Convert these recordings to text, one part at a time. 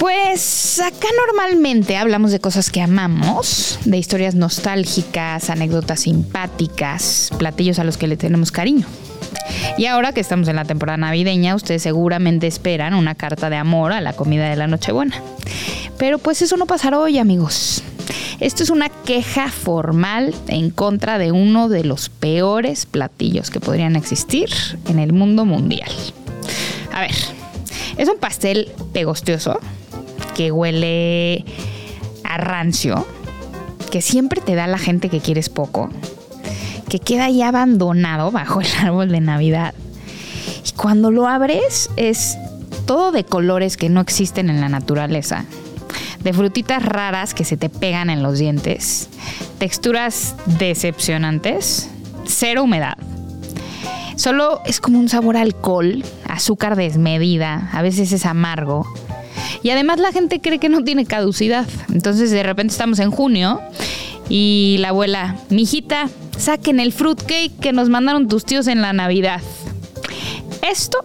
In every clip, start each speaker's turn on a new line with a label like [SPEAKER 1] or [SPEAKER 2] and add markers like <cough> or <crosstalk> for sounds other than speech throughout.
[SPEAKER 1] Pues acá normalmente hablamos de cosas que amamos, de historias nostálgicas, anécdotas simpáticas, platillos a los que le tenemos cariño. Y ahora que estamos en la temporada navideña, ustedes seguramente esperan una carta de amor a la comida de la Nochebuena. Pero pues eso no pasará hoy, amigos. Esto es una queja formal en contra de uno de los peores platillos que podrían existir en el mundo mundial. A ver, es un pastel pegostioso que huele a rancio, que siempre te da la gente que quieres poco, que queda ahí abandonado bajo el árbol de Navidad. Y cuando lo abres es todo de colores que no existen en la naturaleza de frutitas raras que se te pegan en los dientes, texturas decepcionantes, cero humedad. Solo es como un sabor a alcohol, azúcar desmedida, a veces es amargo. Y además la gente cree que no tiene caducidad. Entonces de repente estamos en junio y la abuela, mijita, saquen el fruitcake que nos mandaron tus tíos en la Navidad. Esto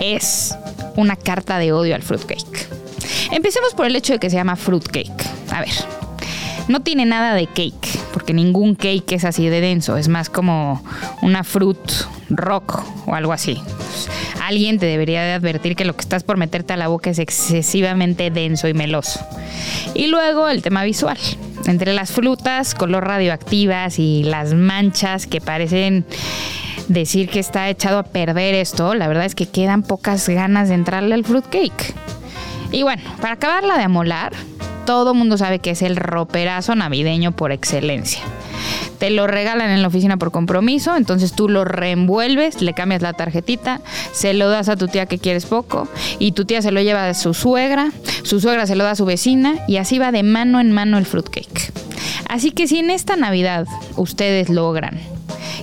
[SPEAKER 1] es una carta de odio al fruitcake. Empecemos por el hecho de que se llama fruitcake. A ver, no tiene nada de cake, porque ningún cake es así de denso, es más como una fruit rock o algo así. Pues, Alguien te debería de advertir que lo que estás por meterte a la boca es excesivamente denso y meloso. Y luego el tema visual. Entre las frutas, color radioactivas y las manchas que parecen decir que está echado a perder esto, la verdad es que quedan pocas ganas de entrarle al fruitcake. Y bueno, para acabarla de amolar, todo mundo sabe que es el roperazo navideño por excelencia. Te lo regalan en la oficina por compromiso, entonces tú lo reenvuelves, le cambias la tarjetita, se lo das a tu tía que quieres poco, y tu tía se lo lleva a su suegra, su suegra se lo da a su vecina, y así va de mano en mano el fruitcake. Así que si en esta Navidad ustedes logran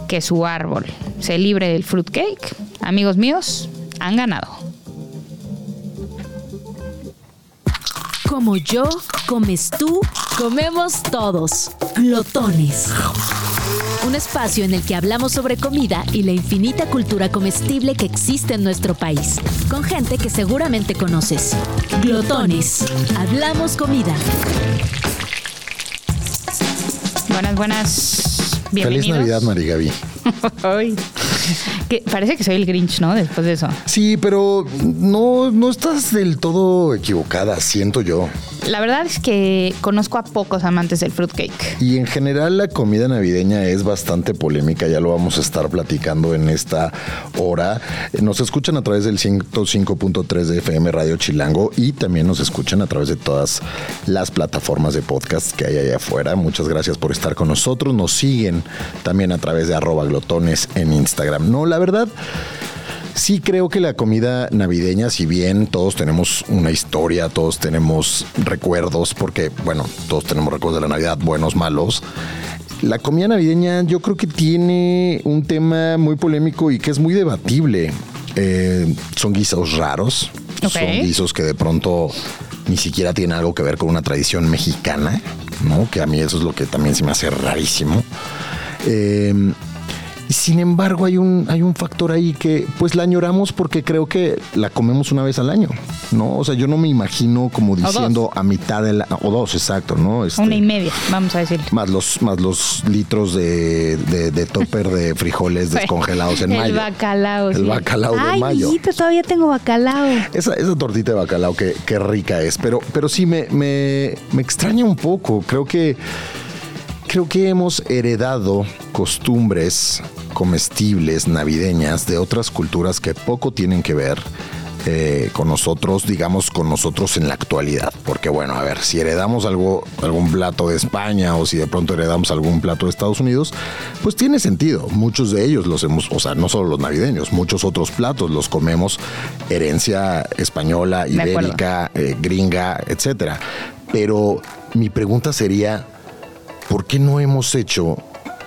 [SPEAKER 1] que su árbol se libre del fruitcake, amigos míos, han ganado.
[SPEAKER 2] Como yo, comes tú, comemos todos. Glotones. Un espacio en el que hablamos sobre comida y la infinita cultura comestible que existe en nuestro país. Con gente que seguramente conoces. Glotones. Hablamos comida.
[SPEAKER 1] Buenas, buenas. Bienvenidos.
[SPEAKER 3] Feliz Navidad, María Gaby.
[SPEAKER 1] <laughs> Ay. Que parece que soy el Grinch, ¿no? Después de eso.
[SPEAKER 3] Sí, pero no, no estás del todo equivocada, siento yo.
[SPEAKER 1] La verdad es que conozco a pocos amantes del fruitcake.
[SPEAKER 3] Y en general la comida navideña es bastante polémica, ya lo vamos a estar platicando en esta hora. Nos escuchan a través del 105.3 de FM Radio Chilango y también nos escuchan a través de todas las plataformas de podcast que hay allá afuera. Muchas gracias por estar con nosotros. Nos siguen también a través de arroba glotones en Instagram. No, la verdad... Sí creo que la comida navideña, si bien todos tenemos una historia, todos tenemos recuerdos, porque bueno, todos tenemos recuerdos de la Navidad, buenos, malos. La comida navideña yo creo que tiene un tema muy polémico y que es muy debatible. Eh, son guisos raros,
[SPEAKER 1] Ok.
[SPEAKER 3] son guisos que de pronto ni siquiera tienen algo que ver con una tradición mexicana, ¿no? Que a mí eso es lo que también se me hace rarísimo. Eh, sin embargo, hay un, hay un factor ahí que pues la añoramos porque creo que la comemos una vez al año, ¿no? O sea, yo no me imagino como
[SPEAKER 1] dos.
[SPEAKER 3] diciendo a mitad del año, o dos, exacto, ¿no? Este,
[SPEAKER 1] Una y media, vamos a decir.
[SPEAKER 3] más los, más los litros de, de, de topper
[SPEAKER 1] <laughs>
[SPEAKER 3] de frijoles descongelados en
[SPEAKER 1] el
[SPEAKER 3] mayo.
[SPEAKER 1] Bacalao,
[SPEAKER 3] El
[SPEAKER 1] sí.
[SPEAKER 3] bacalao de
[SPEAKER 1] Ay,
[SPEAKER 3] mayo.
[SPEAKER 1] mijito, todavía tengo bacalao.
[SPEAKER 3] Esa, esa tortita de bacalao que, que rica es, pero, pero sí me, me, me extraña un poco. Creo que, creo que hemos heredado costumbres comestibles navideñas de otras culturas que poco tienen que ver eh, con nosotros, digamos con nosotros en la actualidad. Porque bueno, a ver, si heredamos algo, algún plato de España o si de pronto heredamos algún plato de Estados Unidos, pues tiene sentido. Muchos de ellos los hemos, o sea, no solo los navideños, muchos otros platos los comemos herencia española,
[SPEAKER 1] De acuerdo.
[SPEAKER 3] ibérica, eh, gringa, etcétera. Pero mi pregunta sería, ¿por qué no hemos hecho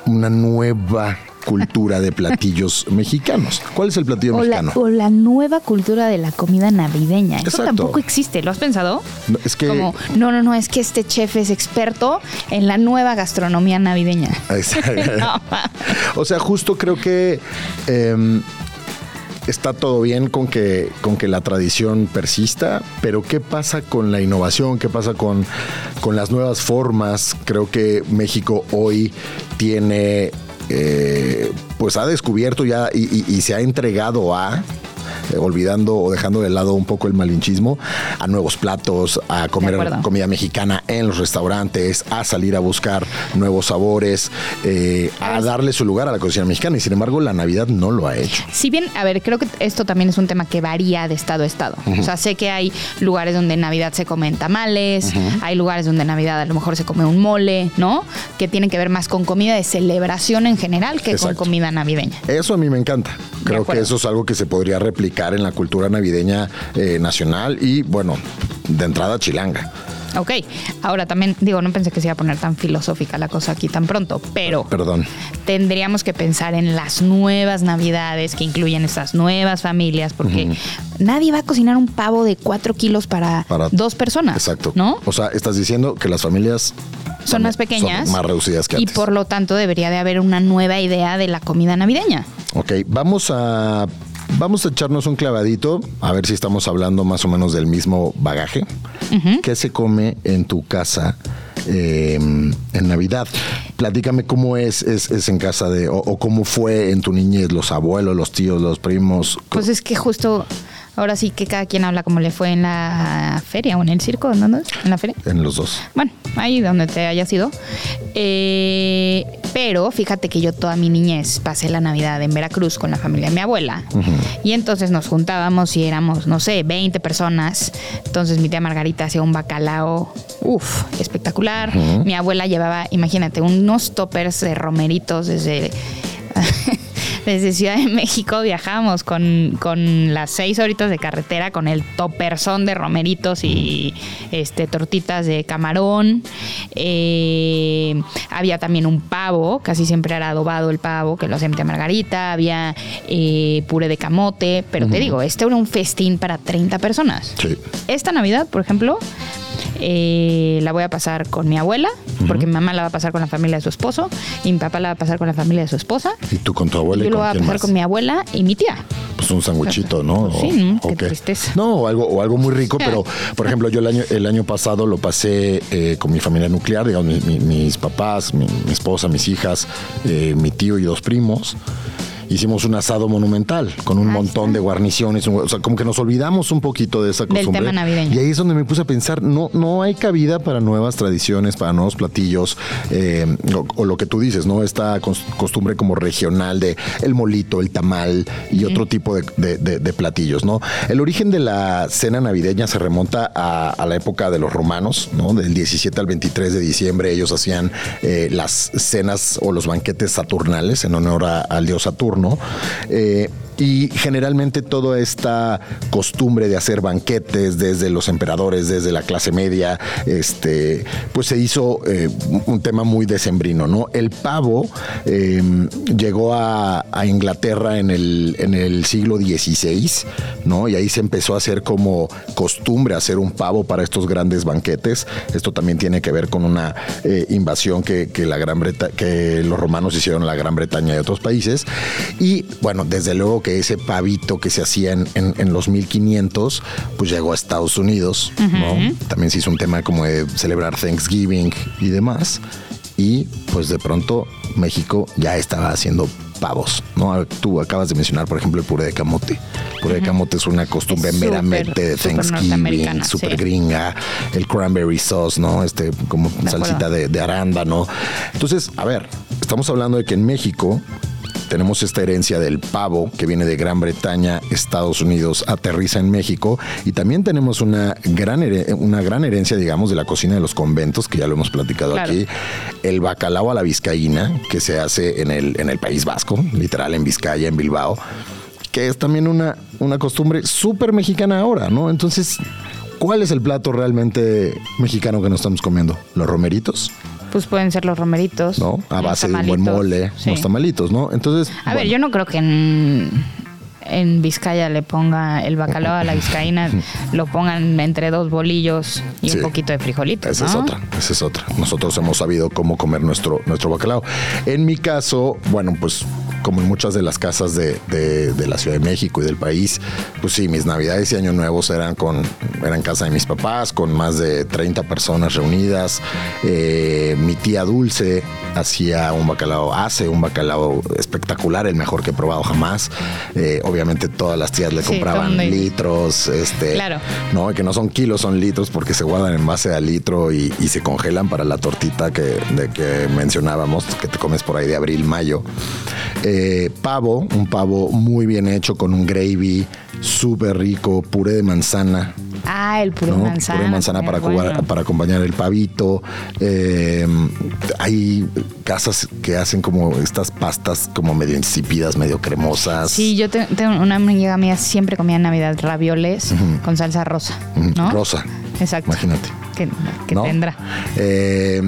[SPEAKER 3] una nueva cultura de platillos mexicanos? ¿Cuál es el platillo
[SPEAKER 1] O la,
[SPEAKER 3] mexicano?
[SPEAKER 1] o la nueva cultura de la comida navideña. Eso
[SPEAKER 3] Exacto.
[SPEAKER 1] tampoco existe. ¿Lo has pensado?
[SPEAKER 3] No, es que <laughs>
[SPEAKER 1] Como, no, no, no, es que este chef es experto en la nueva gastronomía
[SPEAKER 3] <laughs>
[SPEAKER 1] navideña.
[SPEAKER 3] Exacto.
[SPEAKER 1] No,
[SPEAKER 3] em, O sea, justo creo que eh, está todo bien con que, con que la tradición persista, pero ¿qué pasa con la innovación? ¿Qué pasa con, con las nuevas formas? Creo que México hoy tiene, eh, pues ha descubierto ya y, y- y se ha entregado a eh, olvidando o dejando de lado un poco el malinchismo, a nuevos platos, a comer
[SPEAKER 1] acuerdo.
[SPEAKER 3] comida mexicana en los restaurantes, a salir a buscar nuevos sabores, eh, a darle su lugar a la cocina mexicana. Y sin embargo, la Navidad no lo ha hecho.
[SPEAKER 1] Si bien, a ver, creo que esto también es un tema que varía de estado a estado. O sea, sé que hay lugares donde en Navidad se comen tamales, hay lugares donde en Navidad a lo mejor se come un mole, ¿no? Que tiene que ver más con comida de celebración en general que
[SPEAKER 3] Exacto.
[SPEAKER 1] con comida navideña.
[SPEAKER 3] Eso a mí me encanta. Creo que
[SPEAKER 1] acuerdo.
[SPEAKER 3] eso es algo que se podría replicar en la cultura navideña eh, nacional y, bueno, de entrada chilanga.
[SPEAKER 1] Ok, ahora también, digo, no pensé que se iba a poner tan filosófica la cosa aquí tan pronto, pero
[SPEAKER 3] Perdón.
[SPEAKER 1] tendríamos que pensar en las nuevas navidades que incluyen estas nuevas familias, porque nadie va a cocinar un pavo de cuatro kilos para,
[SPEAKER 3] Para-
[SPEAKER 1] dos personas.
[SPEAKER 3] Exacto.
[SPEAKER 1] ¿no?
[SPEAKER 3] O sea, estás diciendo que las familias
[SPEAKER 1] son más pequeñas
[SPEAKER 3] son más reducidas que
[SPEAKER 1] y
[SPEAKER 3] antes.
[SPEAKER 1] por lo tanto debería de haber una nueva idea de la comida navideña.
[SPEAKER 3] Ok, vamos a. Vamos a echarnos un clavadito a ver si estamos hablando más o menos del mismo bagaje. ¿Qué se come en tu casa eh, en Navidad? Platícame cómo es, es, es en casa de. O, o cómo fue en tu niñez, los abuelos, los tíos, los primos.
[SPEAKER 1] Pues es que justo ahora sí que cada quien habla como le fue en la feria o en el circo, ¿no? ¿No? ¿En la feria?
[SPEAKER 3] en los dos.
[SPEAKER 1] Bueno, ahí donde te hayas ido. Eh, pero fíjate que yo toda mi niñez pasé la Navidad en Veracruz con la familia de mi abuela. Y entonces nos juntábamos y éramos, no sé, 20 personas. Entonces mi tía Margarita hacía un bacalao, uff, espectacular. Mi abuela llevaba, imagínate, unos toppers de romeritos desde... <laughs> Desde Ciudad de México viajamos con, con las seis horitas de carretera, con el toperzón de romeritos y este tortitas de camarón. Eh, había también un pavo, casi siempre era adobado el pavo, que lo hacía mi tía Margarita. Había eh, puré de camote. Pero te digo, este era un festín para 30 personas.
[SPEAKER 3] Sí.
[SPEAKER 1] Esta Navidad, por ejemplo, eh, la voy a pasar con mi abuela, porque mi mamá la va a pasar con la familia de su esposo y mi papá la va a pasar con la familia de su esposa.
[SPEAKER 3] Y tú con tu abuela
[SPEAKER 1] Yo
[SPEAKER 3] y
[SPEAKER 1] lo
[SPEAKER 3] con
[SPEAKER 1] voy a
[SPEAKER 3] quién
[SPEAKER 1] pasar
[SPEAKER 3] más?
[SPEAKER 1] con mi abuela y mi tía.
[SPEAKER 3] pues un sanguchito, ¿no?
[SPEAKER 1] Pues sí, ¿no?
[SPEAKER 3] O-
[SPEAKER 1] Qué
[SPEAKER 3] o
[SPEAKER 1] tristeza.
[SPEAKER 3] No, o algo, o algo muy
[SPEAKER 1] <laughs>
[SPEAKER 3] rico, pero por ejemplo, yo el año, el año pasado lo pasé eh, con mi familia nuclear, digamos, mi- mi- mis papás, mi, mi esposa, mis hijas, eh, mi tío y dos primos. Hicimos un asado monumental con un
[SPEAKER 1] Ahí
[SPEAKER 3] montón de guarniciones, un- o sea, como que nos olvidamos un poquito de esa
[SPEAKER 1] Del
[SPEAKER 3] costumbre.
[SPEAKER 1] tema navideño.
[SPEAKER 3] Y ahí es donde me puse a pensar, no, no hay cabida para nuevas tradiciones, para nuevos platillos, eh, o, o lo que tú dices, ¿no? Esta cos- costumbre como regional de el molito, el tamal y otro tipo de, de- de- de platillos, ¿no? El origen de la cena navideña se remonta a, a la época de los romanos, ¿no? Del 17 al 23 de diciembre ellos hacían eh, las cenas o los banquetes saturnales en honor a- al dios Saturno. Eh, y generalmente toda esta costumbre de hacer banquetes desde los emperadores, desde la clase media, este, pues se hizo eh, un tema muy decembrino, ¿no? El pavo eh, llegó a, a Inglaterra en el, en el siglo XVI, ¿no? Y ahí se empezó a hacer como costumbre hacer un pavo para estos grandes banquetes. Esto también tiene que ver con una eh, invasión que, que la Gran Breta- que los romanos hicieron en la Gran Bretaña y otros países. Y bueno, desde luego que ese pavito que se hacía en, en- en los 1500, pues llegó a Estados Unidos, ¿no? También se hizo un tema como de celebrar Thanksgiving y demás. Y pues de pronto México ya estaba haciendo pavos, ¿no? Tú acabas de mencionar, por ejemplo, el puré de camote. Puré de camote es una costumbre
[SPEAKER 1] Es súper,
[SPEAKER 3] meramente de
[SPEAKER 1] súper
[SPEAKER 3] Thanksgiving,
[SPEAKER 1] norteamericana,
[SPEAKER 3] súper
[SPEAKER 1] sí.
[SPEAKER 3] gringa, el cranberry sauce, ¿no? Este, como
[SPEAKER 1] De
[SPEAKER 3] salsita
[SPEAKER 1] acuerdo.
[SPEAKER 3] de, de arándano. Entonces, a ver, estamos hablando de que en México tenemos esta herencia del pavo que viene de Gran Bretaña, Estados Unidos, aterriza en México y también tenemos una gran, here- una gran herencia, digamos, de la cocina de los conventos, que ya lo hemos platicado
[SPEAKER 1] Claro.
[SPEAKER 3] aquí, el bacalao a la vizcaína, que se hace en el, en el País Vasco, literal en Vizcaya, en Bilbao, que es también una, una costumbre súper mexicana ahora, ¿no? Entonces, ¿cuál es el plato realmente mexicano que nos estamos comiendo? ¿Los romeritos?
[SPEAKER 1] Pues pueden ser los romeritos.
[SPEAKER 3] ¿No? A
[SPEAKER 1] los
[SPEAKER 3] base de un buen
[SPEAKER 1] tamalitos,
[SPEAKER 3] mole,
[SPEAKER 1] sí.
[SPEAKER 3] los tamalitos, ¿no? Entonces,
[SPEAKER 1] A ver,
[SPEAKER 3] bueno.
[SPEAKER 1] yo no creo que en, en Vizcaya le ponga el bacalao a la
[SPEAKER 3] <laughs>
[SPEAKER 1] vizcaína, lo pongan entre dos bolillos y
[SPEAKER 3] Sí.
[SPEAKER 1] un poquito de frijolitos.
[SPEAKER 3] Esa es
[SPEAKER 1] ¿no?
[SPEAKER 3] otra, esa es otra. Nosotros hemos sabido cómo comer nuestro, nuestro bacalao. En mi caso, bueno, pues como en muchas de las casas de, de, de la Ciudad de México y del país, pues sí, mis navidades y año nuevos eran con eran casa de mis papás, con más de 30 personas reunidas. Eh, mi tía Dulce hacía un bacalao, hace un bacalao espectacular, el mejor que he probado jamás. Eh, obviamente todas las tías le
[SPEAKER 1] Sí,
[SPEAKER 3] compraban
[SPEAKER 1] todo el mundo-
[SPEAKER 3] litros, este,
[SPEAKER 1] Claro.
[SPEAKER 3] no, que no son kilos, son litros porque se guardan en base a litro y, y se congelan para la tortita que, de que mencionábamos, que te comes por ahí de abril, mayo. Eh, pavo, un pavo muy bien hecho con un gravy súper rico, puré de manzana,
[SPEAKER 1] Ah, el puré
[SPEAKER 3] ¿no?
[SPEAKER 1] manzana.
[SPEAKER 3] Puré de manzana para,
[SPEAKER 1] también,
[SPEAKER 3] cubar-
[SPEAKER 1] bueno.
[SPEAKER 3] para acompañar el pavito. Eh, hay casas que hacen como estas pastas como medio insípidas, medio cremosas.
[SPEAKER 1] Sí, yo te- tengo una amiga mía siempre comía en Navidad ravioles con salsa rosa,
[SPEAKER 3] Ujú,
[SPEAKER 1] ¿no?
[SPEAKER 3] Mm, Rosa.
[SPEAKER 1] Exacto.
[SPEAKER 3] Imagínate.
[SPEAKER 1] Que, que
[SPEAKER 3] ¿no?
[SPEAKER 1] tendrá.
[SPEAKER 3] Eh,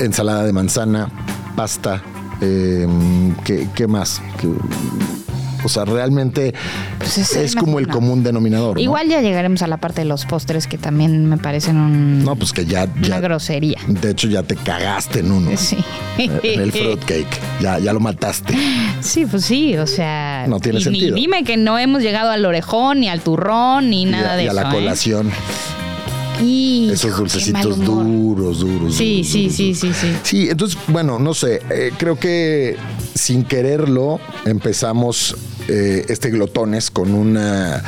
[SPEAKER 3] ensalada de manzana, pasta, eh, ¿qué, qué más? Que- o sea, realmente
[SPEAKER 1] Pues
[SPEAKER 3] es,
[SPEAKER 1] es el
[SPEAKER 3] como
[SPEAKER 1] mejor,
[SPEAKER 3] el
[SPEAKER 1] ¿no?
[SPEAKER 3] común denominador. ¿no?
[SPEAKER 1] Igual ya llegaremos a la parte de los postres que también me parecen un-
[SPEAKER 3] No, pues que ya.
[SPEAKER 1] una
[SPEAKER 3] ya
[SPEAKER 1] grosería.
[SPEAKER 3] de hecho, ya te cagaste en uno.
[SPEAKER 1] Sí.
[SPEAKER 3] Eh, En el fruitcake. Ya, ya lo mataste.
[SPEAKER 1] <laughs> Sí, pues sí, o sea.
[SPEAKER 3] No tiene
[SPEAKER 1] y, ni
[SPEAKER 3] sentido.
[SPEAKER 1] dime que no hemos llegado al orejón, ni al turrón, ni
[SPEAKER 3] y
[SPEAKER 1] nada
[SPEAKER 3] a,
[SPEAKER 1] de
[SPEAKER 3] y a
[SPEAKER 1] eso.
[SPEAKER 3] la
[SPEAKER 1] ¿eh?
[SPEAKER 3] colación.
[SPEAKER 1] Y-
[SPEAKER 3] Esos
[SPEAKER 1] qué mal
[SPEAKER 3] dulcecitos
[SPEAKER 1] humor.
[SPEAKER 3] duros, duros.
[SPEAKER 1] Sí,
[SPEAKER 3] duros,
[SPEAKER 1] sí,
[SPEAKER 3] duros,
[SPEAKER 1] sí,
[SPEAKER 3] duros.
[SPEAKER 1] sí, sí.
[SPEAKER 3] Sí, entonces, bueno, no sé, eh, creo que sin quererlo empezamos eh, este glotones con una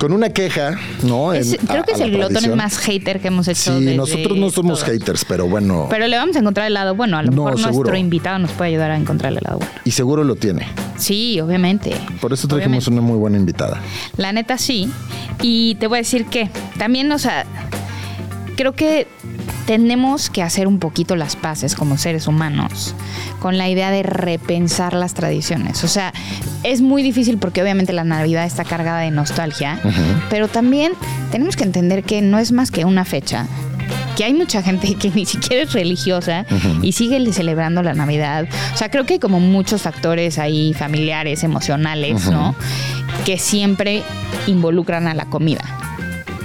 [SPEAKER 3] con una queja, ¿no?
[SPEAKER 1] Es-
[SPEAKER 3] En-
[SPEAKER 1] creo
[SPEAKER 3] a-
[SPEAKER 1] que es
[SPEAKER 3] a la
[SPEAKER 1] el glotón
[SPEAKER 3] tradición.
[SPEAKER 1] más hater que hemos hecho.
[SPEAKER 3] Sí,
[SPEAKER 1] desde
[SPEAKER 3] nosotros no somos
[SPEAKER 1] todos.
[SPEAKER 3] haters, pero bueno,
[SPEAKER 1] Pero le vamos a encontrar el lado bueno. A lo
[SPEAKER 3] No,
[SPEAKER 1] mejor
[SPEAKER 3] seguro.
[SPEAKER 1] nuestro invitado nos puede ayudar a encontrar el lado bueno.
[SPEAKER 3] y seguro lo tiene.
[SPEAKER 1] Sí, obviamente.
[SPEAKER 3] Por eso trajimos
[SPEAKER 1] Obviamente.
[SPEAKER 3] una muy buena invitada.
[SPEAKER 1] La neta sí. Y te voy a decir que también, o sea, creo que tenemos que hacer un poquito las paces como seres humanos con la idea de repensar las tradiciones. O sea, es muy difícil porque obviamente la Navidad está cargada de nostalgia, pero también tenemos que entender que no es más que una fecha. Que hay mucha gente que ni siquiera es religiosa y sigue celebrando la Navidad. O sea, creo que hay como muchos factores ahí familiares, emocionales, ¿no? Que siempre involucran a la comida.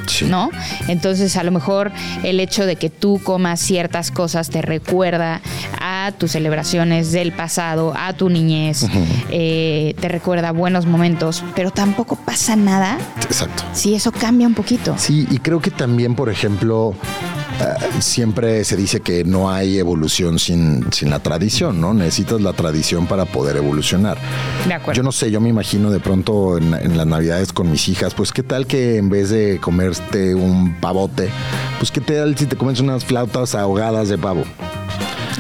[SPEAKER 3] Sí.
[SPEAKER 1] ¿no? Entonces, a lo mejor el hecho de que tú comas ciertas cosas te recuerda a tus celebraciones del pasado, a tu niñez, eh, te recuerda buenos momentos, pero tampoco pasa nada
[SPEAKER 3] Exacto.
[SPEAKER 1] si eso cambia un poquito.
[SPEAKER 3] Sí, y creo que también, por ejemplo, ah, siempre se dice que no hay evolución sin, sin la tradición, ¿no? Necesitas la tradición para poder evolucionar.
[SPEAKER 1] De acuerdo.
[SPEAKER 3] Yo no sé, yo me imagino de pronto en, en las navidades con mis hijas, pues qué tal que en vez de comerte un pavote, pues qué tal si te comes unas flautas ahogadas de pavo.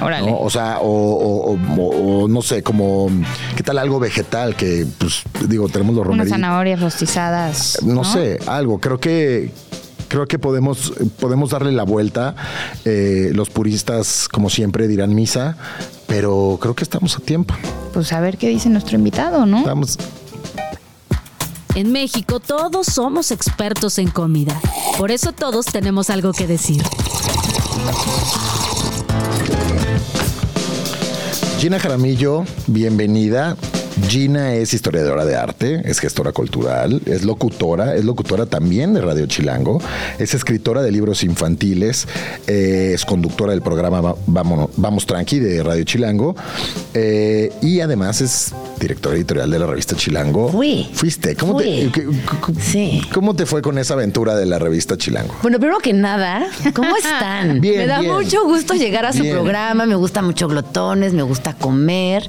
[SPEAKER 1] Órale.
[SPEAKER 3] ¿no? O sea, o, o- o- o- o no sé, como qué tal algo vegetal que, pues digo, tenemos los
[SPEAKER 1] Unas
[SPEAKER 3] romeritos.
[SPEAKER 1] zanahorias rostizadas.
[SPEAKER 3] No, sé, algo. Creo que creo que podemos podemos darle la vuelta. Eh, los puristas, como siempre, dirán misa, pero creo que estamos a tiempo.
[SPEAKER 1] Pues a ver qué dice nuestro invitado, ¿no?
[SPEAKER 3] Estamos
[SPEAKER 2] En México todos somos expertos en comida. Por eso todos tenemos algo que decir.
[SPEAKER 3] Gina Jaramillo, bienvenida. Gina es historiadora de arte, es gestora cultural, es locutora, es locutora también de Radio Chilango, es escritora de libros infantiles, eh, es conductora del programa Va- Vámonos- Vamos Tranqui de Radio Chilango eh, y además es directora editorial de la revista Chilango.
[SPEAKER 4] Fui.
[SPEAKER 3] Fuiste. ¿Cómo,
[SPEAKER 4] Fui.
[SPEAKER 3] Te, qué- qué- qué-
[SPEAKER 4] Sí.
[SPEAKER 3] ¿Cómo te fue con esa aventura de la revista Chilango?
[SPEAKER 4] Bueno, primero que nada, ¿cómo
[SPEAKER 3] <laughs>
[SPEAKER 4] están?
[SPEAKER 3] Bien,
[SPEAKER 4] me da
[SPEAKER 3] bien.
[SPEAKER 4] mucho gusto llegar a su
[SPEAKER 3] Bien.
[SPEAKER 4] programa, me gusta mucho glotones, me gusta comer.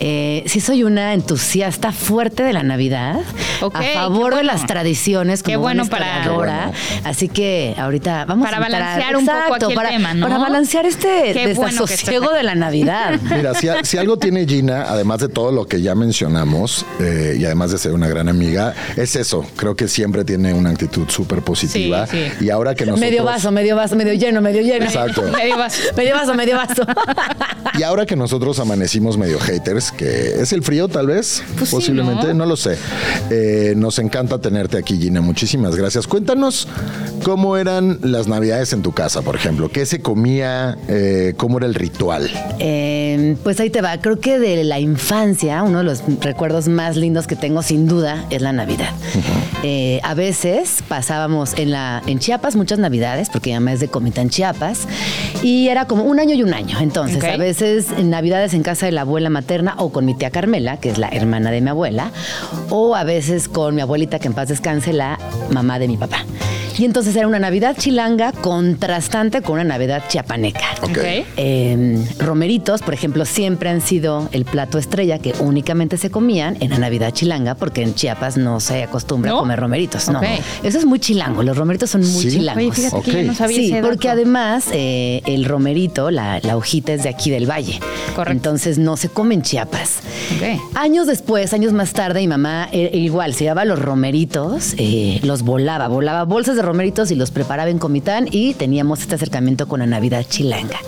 [SPEAKER 4] Eh, sí soy una entusiasta fuerte de la Navidad,
[SPEAKER 1] Ok, qué
[SPEAKER 4] a favor de
[SPEAKER 1] bueno.
[SPEAKER 4] las tradiciones como
[SPEAKER 1] Qué bueno
[SPEAKER 4] buena
[SPEAKER 1] para-
[SPEAKER 4] historiadora. Así que ahorita vamos
[SPEAKER 1] Para
[SPEAKER 4] a entrar-
[SPEAKER 1] balancear un poco
[SPEAKER 4] Exacto,
[SPEAKER 1] aquí el
[SPEAKER 4] para,
[SPEAKER 1] tema, ¿no?
[SPEAKER 4] Para balancear este
[SPEAKER 1] Qué bueno que
[SPEAKER 4] desasosiego
[SPEAKER 1] estés aquí.
[SPEAKER 4] de
[SPEAKER 3] <laughs>
[SPEAKER 4] la Navidad.
[SPEAKER 3] Mira, si, a- si algo tiene Gina, además de todo lo que ya mencionamos, eh, y además de ser una gran amiga, es eso. Creo que siempre tiene una actitud súper positiva.
[SPEAKER 1] Sí,
[SPEAKER 3] Y ahora que nosotros...
[SPEAKER 4] medio vaso, medio vaso, medio lleno, medio lleno.
[SPEAKER 3] Exacto.
[SPEAKER 1] <laughs> Medio vaso.
[SPEAKER 4] Medio vaso, medio vaso.
[SPEAKER 3] Y ahora que nosotros amanecimos medio haters, que es el frío tal vez,
[SPEAKER 1] Pues sí,
[SPEAKER 3] posiblemente,
[SPEAKER 1] ¿no?
[SPEAKER 3] ¿no? lo sé. Eh, nos encanta tenerte aquí, Gina. Muchísimas gracias. Cuéntanos cómo eran las navidades en tu casa, por ejemplo. ¿Qué se comía? Eh, ¿Cómo era el ritual?
[SPEAKER 4] Eh, pues ahí te va. Creo que de la infancia, uno de los recuerdos más lindos que tengo, sin duda, es la Navidad. Eh, a veces pasábamos en, la, en Chiapas muchas Navidades, porque mi mamá es de Comitán, Chiapas, Y era como un año y un año. Entonces,
[SPEAKER 1] Ok.
[SPEAKER 4] a veces en Navidades en casa de la abuela materna o con mi tía Carmela, que es la hermana de mi abuela, o a veces con mi abuelita, que en paz descanse, la mamá de mi papá. Y entonces era una Navidad chilanga contrastante con una Navidad chiapaneca.
[SPEAKER 3] Ok.
[SPEAKER 1] Ok.
[SPEAKER 4] Eh, romeritos, por ejemplo, siempre han sido el plato estrella que únicamente se comían en la Navidad chilanga, porque en Chiapas no se acostumbra
[SPEAKER 1] ¿No?
[SPEAKER 4] a comer romeritos.
[SPEAKER 1] Ok.
[SPEAKER 4] No, eso es muy chilango. Los romeritos son muy
[SPEAKER 3] ¿Sí?
[SPEAKER 4] chilangos.
[SPEAKER 1] Oye, fíjate que
[SPEAKER 3] Ok.
[SPEAKER 1] yo no sabía
[SPEAKER 4] Sí,
[SPEAKER 1] ese dato.
[SPEAKER 4] porque además eh, el romerito, la, la hojita es de aquí del valle.
[SPEAKER 1] Correcto.
[SPEAKER 4] Entonces no se come en Chiapas.
[SPEAKER 1] Ok.
[SPEAKER 4] Años después, años más tarde, mi mamá eh, igual se llevaba los romeritos, eh, los volaba, volaba bolsas de romeritos y los preparaba en Comitán y teníamos este acercamiento con la Navidad chilanga.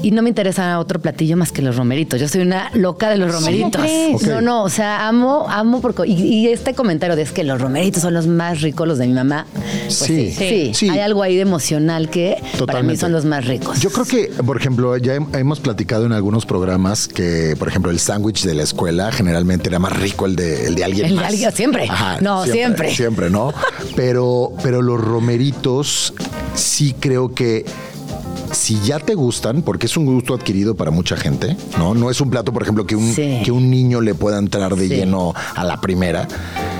[SPEAKER 4] Y no me interesa otro platillo más que los romeritos. Yo soy una loca de los
[SPEAKER 1] ¿Cómo
[SPEAKER 4] romeritos.
[SPEAKER 1] crees?
[SPEAKER 3] Ok.
[SPEAKER 4] No, no, o sea, amo, amo porque y, y este comentario de es que los romeritos son los más ricos, los de mi mamá. Pues
[SPEAKER 3] Sí.
[SPEAKER 4] sí, sí,
[SPEAKER 3] Sí.
[SPEAKER 4] Hay algo ahí de emocional que para mí
[SPEAKER 3] Totalmente.
[SPEAKER 4] son los más ricos.
[SPEAKER 3] Yo creo que, por ejemplo, ya hem- hemos platicado en algunos programas que, por ejemplo, el sándwich de la escuela generalmente era más rico el de, el de alguien
[SPEAKER 4] El de
[SPEAKER 3] más.
[SPEAKER 4] alguien- siempre. No, siempre.
[SPEAKER 3] Siempre, ¿no? Pero, pero los romeritos sí creo que si ya te gustan, porque es un gusto adquirido para mucha gente, ¿no? No es un plato, por ejemplo, que un,
[SPEAKER 4] Sí.
[SPEAKER 3] que un niño le pueda entrar de
[SPEAKER 4] Sí.
[SPEAKER 3] lleno a la primera.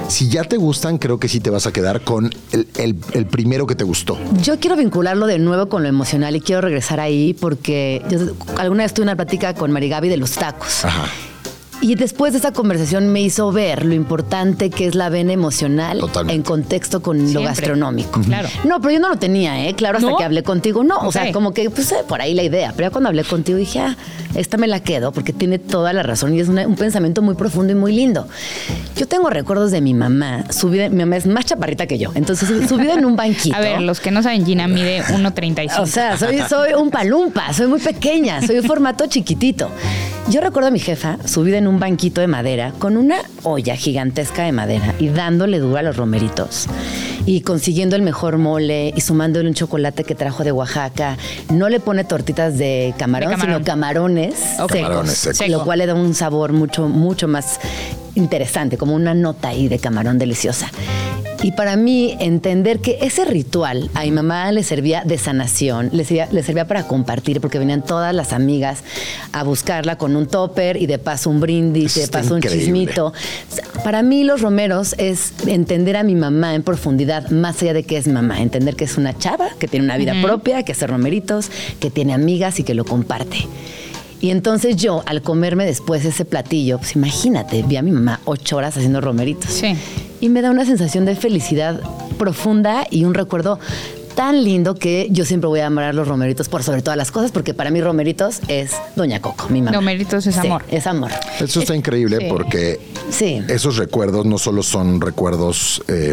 [SPEAKER 3] Si ya te gustan, creo que sí te vas a quedar con el, el- el primero que te gustó.
[SPEAKER 4] Yo quiero vincularlo de nuevo con lo emocional y quiero regresar ahí porque yo alguna vez tuve una plática con Marigaby de los tacos.
[SPEAKER 3] Ajá.
[SPEAKER 4] Y después de esa conversación me hizo ver lo importante que es la vena emocional
[SPEAKER 3] Totalmente.
[SPEAKER 4] en contexto con
[SPEAKER 1] Siempre.
[SPEAKER 4] lo gastronómico.
[SPEAKER 1] Claro.
[SPEAKER 4] No, pero yo no lo tenía, ¿eh? Claro, hasta
[SPEAKER 1] ¿No?
[SPEAKER 4] que hablé contigo. No, o sea,
[SPEAKER 1] Ok.
[SPEAKER 4] como que puse por ahí la idea. Pero ya cuando hablé contigo dije, ah, esta me la quedo porque tiene toda la razón y es una- un pensamiento muy profundo y muy lindo. Yo tengo recuerdos de mi mamá. Subida, mi mamá es más chaparrita que yo. Entonces, subida en un banquito.
[SPEAKER 1] <laughs> A ver, los que no saben, Gina <laughs> mide 1.35.
[SPEAKER 4] O sea, soy, soy un palumpa, soy muy pequeña, soy un formato chiquitito. Yo recuerdo a mi jefa subida en un banquito de madera con una olla gigantesca de madera y dándole duro a los romeritos y consiguiendo el mejor mole y sumándole un chocolate que trajo de Oaxaca. No le pone tortitas de camarón,
[SPEAKER 1] De camarón.
[SPEAKER 4] sino camarones,
[SPEAKER 1] Ok.
[SPEAKER 4] secos,
[SPEAKER 3] Camarones secos.
[SPEAKER 1] Seco.
[SPEAKER 4] lo cual le da un sabor mucho, mucho más interesante, como una nota ahí de camarón deliciosa. Y para mí, entender que ese ritual a mi mamá le servía de sanación, le servía, le servía para compartir, porque venían todas las amigas a buscarla con un topper y de paso un brindis,
[SPEAKER 3] Eso
[SPEAKER 4] y de
[SPEAKER 3] está
[SPEAKER 4] paso un
[SPEAKER 3] increíble.
[SPEAKER 4] chismito. Para mí, los romeros es entender a mi mamá en profundidad, más allá de que es mamá, entender que es una chava, que tiene una vida propia, que hace romeritos, que tiene amigas y que lo comparte. Y entonces yo, al comerme después ese platillo, pues imagínate, vi a mi mamá ocho horas haciendo romeritos.
[SPEAKER 1] Sí.
[SPEAKER 4] Y me da una sensación de felicidad profunda y un recuerdo tan lindo que yo siempre voy a amar a los romeritos por sobre todas las cosas, porque para mí romeritos es Doña Coco, mi mamá.
[SPEAKER 1] Romeritos es
[SPEAKER 4] Sí,
[SPEAKER 1] amor.
[SPEAKER 4] Es amor.
[SPEAKER 3] Eso
[SPEAKER 4] Eh,
[SPEAKER 3] está increíble
[SPEAKER 1] Sí.
[SPEAKER 3] porque
[SPEAKER 4] Sí.
[SPEAKER 3] esos recuerdos no solo son recuerdos eh,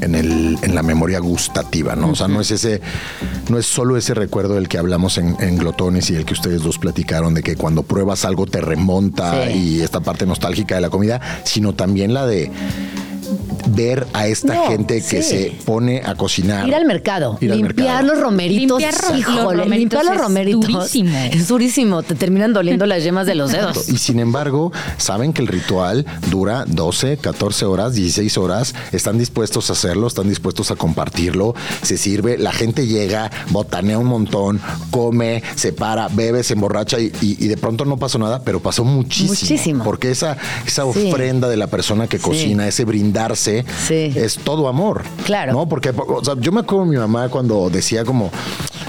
[SPEAKER 3] en, el, en la memoria gustativa, ¿no? O sea, no es ese, no es solo ese recuerdo del que hablamos en, en Glotones y el que ustedes dos platicaron, de que cuando pruebas algo te remonta
[SPEAKER 4] Sí.
[SPEAKER 3] y esta parte nostálgica de la comida, sino también la de ver a esta
[SPEAKER 4] No,
[SPEAKER 3] gente que
[SPEAKER 4] sí.
[SPEAKER 3] se pone a cocinar.
[SPEAKER 4] Ir al mercado,
[SPEAKER 3] Ir al
[SPEAKER 4] limpiar
[SPEAKER 3] mercado.
[SPEAKER 4] los romeritos.
[SPEAKER 1] Limpiar ro- los
[SPEAKER 4] híjole,
[SPEAKER 1] romeritos
[SPEAKER 4] limpiar los
[SPEAKER 1] es
[SPEAKER 4] romeritos.
[SPEAKER 1] durísimo.
[SPEAKER 4] Es durísimo, te terminan doliendo las yemas de los dedos.
[SPEAKER 3] <laughs> Y sin embargo, saben que el ritual dura 12, 14 horas, 16 horas. Están dispuestos a hacerlo, están dispuestos a compartirlo. Se sirve, la gente llega, botanea un montón, come, se para, bebe, se emborracha y, y- y de pronto no pasó nada, pero pasó muchísimo.
[SPEAKER 4] Muchísimo.
[SPEAKER 3] Porque esa, esa
[SPEAKER 4] Sí.
[SPEAKER 3] ofrenda de la persona que cocina, ese brindarse,
[SPEAKER 4] Sí.
[SPEAKER 3] es todo amor.
[SPEAKER 4] Claro.
[SPEAKER 3] ¿no? Porque o sea, yo me acuerdo de mi mamá cuando decía como,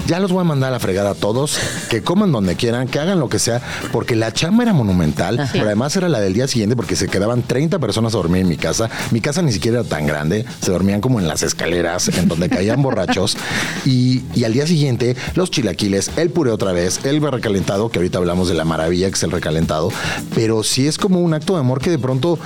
[SPEAKER 3] ya los voy a mandar a la fregada a todos, que coman donde quieran, que hagan lo que sea, porque la chamba era monumental, pero además era la del día siguiente porque se quedaban 30 personas a dormir en mi casa. Mi casa ni siquiera era tan grande, se dormían como en las escaleras, en donde caían borrachos. Y, y al día siguiente, los chilaquiles, el puré otra vez, el recalentado, que ahorita hablamos de la maravilla que es el recalentado, pero sí es como un acto de amor que de pronto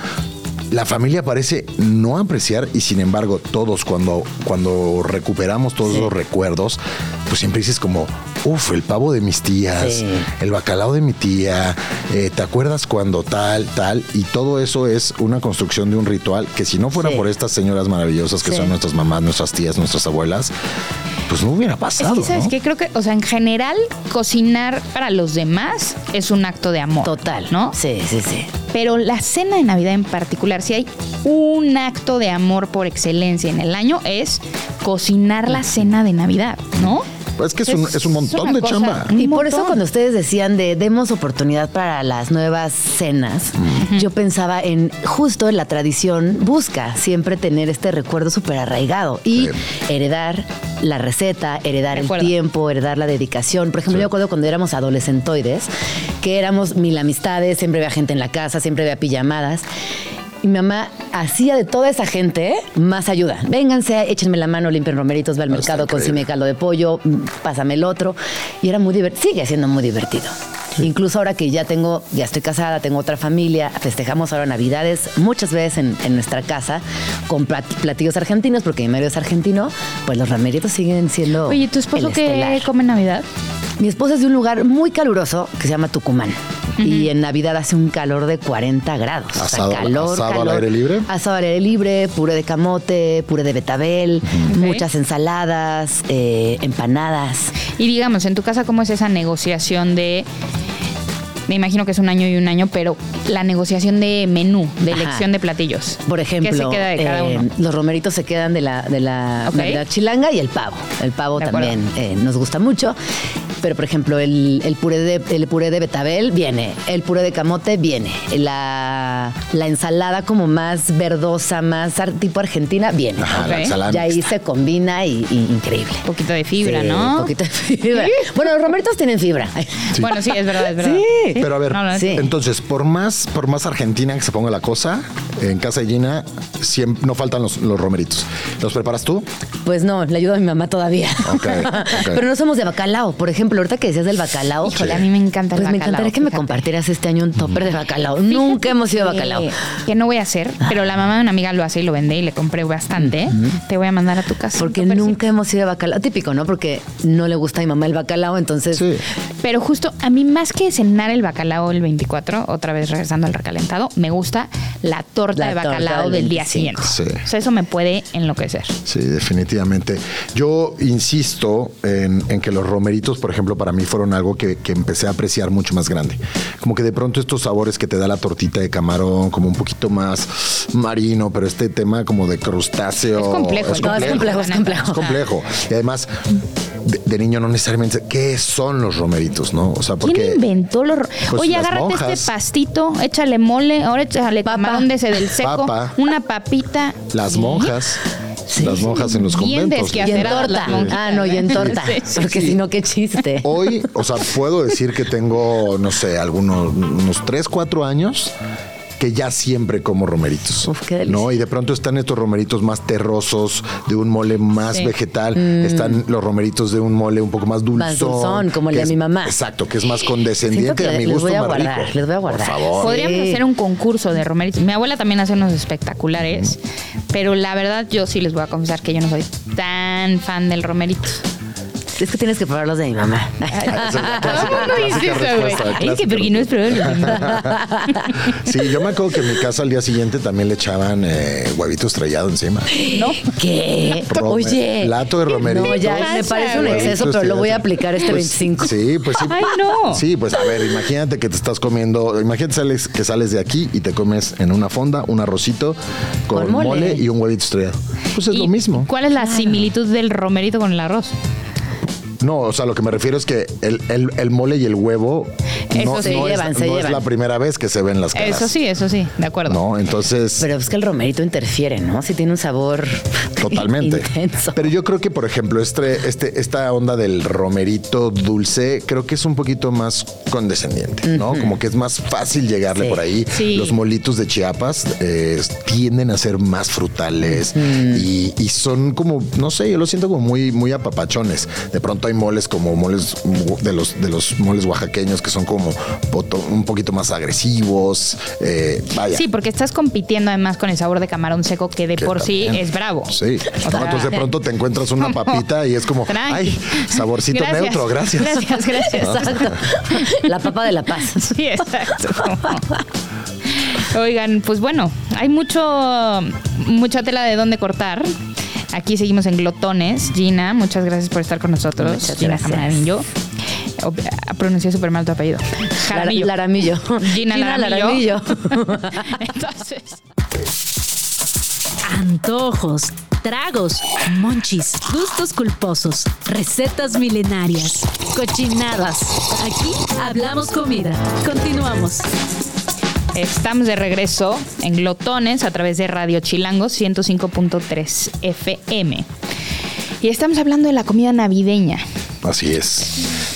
[SPEAKER 3] la familia parece no apreciar y sin embargo todos cuando, cuando recuperamos todos los recuerdos, pues siempre dices como, uff, el pavo de mis tías,
[SPEAKER 4] Sí.
[SPEAKER 3] el bacalao de mi tía, eh, ¿te acuerdas cuando tal, tal? Y todo eso es una construcción de un ritual que si no fuera
[SPEAKER 4] Sí.
[SPEAKER 3] por estas señoras maravillosas que
[SPEAKER 4] Sí.
[SPEAKER 3] son nuestras mamás, nuestras tías, nuestras abuelas, pues no hubiera
[SPEAKER 1] Es
[SPEAKER 3] pasado.
[SPEAKER 1] que, ¿sabes
[SPEAKER 3] ¿no?
[SPEAKER 1] qué? Creo que, o sea, en general, cocinar para los demás es un acto de amor.
[SPEAKER 4] Total.
[SPEAKER 1] ¿No?
[SPEAKER 4] Sí, sí, sí.
[SPEAKER 1] Pero la cena de Navidad en particular, si hay un acto de amor por excelencia en el año, es cocinar la cena de Navidad, ¿no?
[SPEAKER 3] Es que es, un, es un montón
[SPEAKER 1] una
[SPEAKER 3] de
[SPEAKER 1] cosa.
[SPEAKER 3] chamba.
[SPEAKER 1] Un
[SPEAKER 4] Y por eso
[SPEAKER 1] montón.
[SPEAKER 4] cuando ustedes decían de demos oportunidad para las nuevas cenas, yo pensaba en justo la tradición busca siempre tener este recuerdo súper arraigado y
[SPEAKER 3] Sí.
[SPEAKER 4] heredar la receta, heredar
[SPEAKER 1] De
[SPEAKER 4] el
[SPEAKER 1] acuerdo.
[SPEAKER 4] tiempo, heredar la dedicación. Por ejemplo, yo acuerdo cuando éramos adolescentoides, que éramos mil amistades, siempre había gente en la casa, siempre había pijamadas. Y mi mamá hacía de toda esa gente más ayuda. Vénganse, échenme la mano, limpien romeritos, ve al
[SPEAKER 3] Está
[SPEAKER 4] mercado,
[SPEAKER 3] increíble.
[SPEAKER 4] consume caldo de pollo, mm, pásame el otro. Y era muy divertido, sigue siendo muy divertido. Incluso ahora que ya tengo, ya estoy casada, tengo otra familia, festejamos ahora Navidades muchas veces en, en nuestra casa con plat- platillos argentinos, porque mi marido es argentino, pues los rameritos siguen siendo.
[SPEAKER 1] Oye, ¿tu esposo
[SPEAKER 4] el
[SPEAKER 1] qué
[SPEAKER 4] estelar.
[SPEAKER 1] come en Navidad?
[SPEAKER 4] Mi esposa es de un lugar muy caluroso que se llama Tucumán. Y en Navidad hace un calor de 40 grados. O sea,
[SPEAKER 3] Asado-
[SPEAKER 4] calor,
[SPEAKER 3] asado al
[SPEAKER 4] calor.
[SPEAKER 3] aire libre.
[SPEAKER 4] Asado al aire libre, puré de camote, puré de betabel, muchas ensaladas, eh, empanadas.
[SPEAKER 1] Y digamos, en tu casa, ¿cómo es esa negociación de... Me imagino que es un año y un año, pero la negociación de menú, de
[SPEAKER 4] Ajá.
[SPEAKER 1] elección de platillos.
[SPEAKER 4] Por ejemplo,
[SPEAKER 1] ¿Qué se queda de cada
[SPEAKER 4] eh,
[SPEAKER 1] uno?
[SPEAKER 4] los romeritos se quedan de la, de la
[SPEAKER 1] Ok.
[SPEAKER 4] Navidad chilanga y el pavo. El pavo
[SPEAKER 1] De acuerdo.
[SPEAKER 4] también eh, nos gusta mucho. Pero, por ejemplo, el, el puré de, el puré de betabel viene, el puré de camote viene, la, la ensalada como más verdosa, más ar- tipo argentina, viene.
[SPEAKER 3] Ajá, la
[SPEAKER 1] Ok.
[SPEAKER 3] ensalada
[SPEAKER 4] Y ahí
[SPEAKER 3] mixta.
[SPEAKER 4] se combina y, y increíble.
[SPEAKER 1] Un poquito de fibra,
[SPEAKER 4] Sí,
[SPEAKER 1] ¿no?
[SPEAKER 4] Un poquito
[SPEAKER 1] <laughs>
[SPEAKER 4] de fibra. Bueno, los romeritos tienen fibra.
[SPEAKER 1] Bueno, sí, es verdad, es verdad.
[SPEAKER 4] Sí.
[SPEAKER 3] Pero a ver,
[SPEAKER 1] No, la neta.
[SPEAKER 4] Sí.
[SPEAKER 3] entonces, por más, por más argentina que se ponga la cosa, en casa de Gina siempre, no faltan los, los romeritos. ¿Los preparas tú?
[SPEAKER 4] Pues no, le ayudo a mi mamá todavía.
[SPEAKER 3] Ok, ok.
[SPEAKER 4] <laughs> Pero no somos de bacalao. Por ejemplo, ahorita que decías del bacalao.
[SPEAKER 1] Híjole, a mí me encanta el
[SPEAKER 4] Pues me
[SPEAKER 1] bacalao,
[SPEAKER 4] encantaría que me
[SPEAKER 1] fíjate.
[SPEAKER 4] compartieras este año un topper de bacalao. Nunca hemos ido a bacalao.
[SPEAKER 1] Que, que no voy a hacer, pero la mamá de una amiga lo hace y lo vende y le compré bastante. Te voy a mandar a tu casa.
[SPEAKER 4] Porque
[SPEAKER 1] un topercito.
[SPEAKER 4] nunca hemos ido a bacalao. Típico, ¿no? Porque no le gusta a mi mamá el bacalao, entonces.
[SPEAKER 3] Sí.
[SPEAKER 1] Pero justo a mí más que cenar el bacalao el 24, otra vez regresando al recalentado, me gusta la torta
[SPEAKER 4] La
[SPEAKER 1] de
[SPEAKER 4] torta
[SPEAKER 1] bacalao
[SPEAKER 4] del
[SPEAKER 1] del, día
[SPEAKER 4] 25.
[SPEAKER 1] siguiente.
[SPEAKER 3] Sí.
[SPEAKER 1] O sea, eso me puede enloquecer.
[SPEAKER 3] Sí, definitivamente. Yo insisto en, en que los romeritos, por ejemplo, para mí fueron algo que, que empecé a apreciar mucho más grande. Como que de pronto estos sabores que te da la tortita de camarón, como un poquito más marino, pero este tema como de crustáceo.
[SPEAKER 1] Es complejo,
[SPEAKER 3] Es
[SPEAKER 1] ¿no?
[SPEAKER 4] No, es complejo, es complejo.
[SPEAKER 3] Es complejo. Y además, de, de niño no necesariamente, sé ¿qué son los romeritos, no? O sea, porque...
[SPEAKER 1] ¿Quién inventó los... ro-
[SPEAKER 3] Pues
[SPEAKER 1] Oye,
[SPEAKER 3] las
[SPEAKER 1] agárrate
[SPEAKER 3] monjas.
[SPEAKER 1] este pastito, échale mole, ahora échale
[SPEAKER 4] Papa.
[SPEAKER 1] camarón de ese del seco,
[SPEAKER 3] Papa.
[SPEAKER 1] una papita.
[SPEAKER 3] Las monjas, las monjas en los
[SPEAKER 1] Bien
[SPEAKER 3] conventos.
[SPEAKER 4] Y en
[SPEAKER 1] Será
[SPEAKER 4] torta.
[SPEAKER 1] la monjita,
[SPEAKER 4] Ah, no, y en
[SPEAKER 1] ¿eh?
[SPEAKER 4] torta.
[SPEAKER 1] Sí, sí,
[SPEAKER 4] Porque si no, qué chiste.
[SPEAKER 3] Hoy, o sea, puedo decir que tengo, no sé, algunos unos 3, 4 años que ya siempre como romeritos.
[SPEAKER 4] Uf, qué delicia.
[SPEAKER 3] No, y de pronto están estos romeritos más terrosos, de un mole más
[SPEAKER 1] Sí.
[SPEAKER 3] vegetal, están los romeritos de un mole un poco más dulzón.
[SPEAKER 4] Mm. dulzón, como el
[SPEAKER 3] que
[SPEAKER 4] de
[SPEAKER 3] es-
[SPEAKER 4] mi mamá.
[SPEAKER 3] Exacto, que es más
[SPEAKER 4] Siento
[SPEAKER 3] condescendiente
[SPEAKER 4] que
[SPEAKER 3] y a mi
[SPEAKER 4] les
[SPEAKER 3] gusto
[SPEAKER 4] voy a
[SPEAKER 3] más
[SPEAKER 4] guardar,
[SPEAKER 3] rico.
[SPEAKER 4] les voy a
[SPEAKER 3] Por
[SPEAKER 4] guardar. <laughs>
[SPEAKER 3] favor.
[SPEAKER 1] Podríamos
[SPEAKER 4] Sí.
[SPEAKER 1] hacer un concurso de romeritos. Mi abuela también hace unos espectaculares, pero la verdad yo sí les voy a confesar que yo no soy tan fan del romerito.
[SPEAKER 4] Es que tienes que probar los de
[SPEAKER 3] <laughs>
[SPEAKER 4] mi mamá.
[SPEAKER 3] Ah, esa es la clásica-
[SPEAKER 1] ¿Cómo no
[SPEAKER 3] clásica
[SPEAKER 1] dices eso, güey?
[SPEAKER 3] respuesta,
[SPEAKER 1] Es
[SPEAKER 3] clásica
[SPEAKER 1] que porque no es probable.
[SPEAKER 4] <laughs>
[SPEAKER 3] Sí, yo me acuerdo que en mi casa al día siguiente también le echaban eh, huevito estrellado encima.
[SPEAKER 1] ¿No?
[SPEAKER 4] ¿Qué?
[SPEAKER 3] Rome-
[SPEAKER 4] Oye.
[SPEAKER 3] Plato de romerito.
[SPEAKER 4] No, ya me
[SPEAKER 1] pasa,
[SPEAKER 4] parece un
[SPEAKER 1] güey?
[SPEAKER 4] exceso, pero lo voy a aplicar este
[SPEAKER 3] Pues,
[SPEAKER 4] 25.
[SPEAKER 3] Sí, pues sí.
[SPEAKER 1] Ay, no.
[SPEAKER 3] Sí, pues a ver, imagínate que te estás comiendo, imagínate sales- que sales de aquí y te comes en una fonda un arrocito con,
[SPEAKER 4] Con mole.
[SPEAKER 3] mole. y un huevito estrellado. Pues es
[SPEAKER 1] ¿Y
[SPEAKER 3] lo mismo.
[SPEAKER 1] ¿Cuál es la similitud del romerito con el arroz?
[SPEAKER 3] No, o sea, lo que me refiero es que el, el- el mole y el huevo
[SPEAKER 1] Eso
[SPEAKER 3] no,
[SPEAKER 1] se
[SPEAKER 3] no
[SPEAKER 4] llevan,
[SPEAKER 3] es,
[SPEAKER 4] se
[SPEAKER 3] no es
[SPEAKER 4] llevan.
[SPEAKER 3] la primera vez que se ven las caras.
[SPEAKER 1] Eso sí, eso sí, de acuerdo.
[SPEAKER 3] No, entonces...
[SPEAKER 4] Pero es que el romerito interfiere, ¿no? Si tiene un sabor
[SPEAKER 3] <laughs> Totalmente.
[SPEAKER 4] <laughs> intenso.
[SPEAKER 3] Pero yo creo que, por ejemplo, este, este, esta onda del romerito dulce, creo que es un poquito más condescendiente, ¿no? Como que es más fácil llegarle
[SPEAKER 4] Sí.
[SPEAKER 3] por ahí.
[SPEAKER 1] Sí.
[SPEAKER 3] Los molitos de Chiapas eh, tienden a ser más frutales y, y son como, no sé, yo lo siento como muy, muy apapachones. De pronto hay moles como moles de los, de los moles oaxaqueños que son como poto- un poquito más agresivos. eh, vaya.
[SPEAKER 1] Sí, porque estás compitiendo además con el sabor de camarón seco que de
[SPEAKER 3] Que
[SPEAKER 1] Eh, por sí
[SPEAKER 3] también.
[SPEAKER 1] es bravo. O
[SPEAKER 3] Sí. No,
[SPEAKER 1] sea,
[SPEAKER 3] entonces de pronto te
[SPEAKER 1] <laughs>
[SPEAKER 3] encuentras una papita y es como,
[SPEAKER 1] Tranqui.
[SPEAKER 3] ay, saborcito
[SPEAKER 1] Gracias.
[SPEAKER 3] neutro, gracias. Ah.
[SPEAKER 1] Gracias, gracias.
[SPEAKER 4] Exacto. La papa de la paz.
[SPEAKER 1] Sí, exacto. Oigan, pues bueno, hay mucho mucha tela de dónde cortar. Aquí seguimos en Glotones. Gina, muchas gracias por estar con nosotros.
[SPEAKER 4] Muchas
[SPEAKER 1] Gina
[SPEAKER 4] gracias.
[SPEAKER 1] Jaramillo. O- ah, Pronuncié súper mal tu apellido. Jaramillo.
[SPEAKER 4] Lara- Laramillo.
[SPEAKER 1] Gina, <laughs>
[SPEAKER 4] Laramillo.
[SPEAKER 1] Entonces.
[SPEAKER 2] Antojos, tragos, monchis, gustos culposos, recetas milenarias, cochinadas. Aquí hablamos comida. Continuamos.
[SPEAKER 1] Estamos de regreso en Glotones a través de Radio Chilango 105.3 FM. Y estamos hablando de la comida navideña.
[SPEAKER 3] Así es.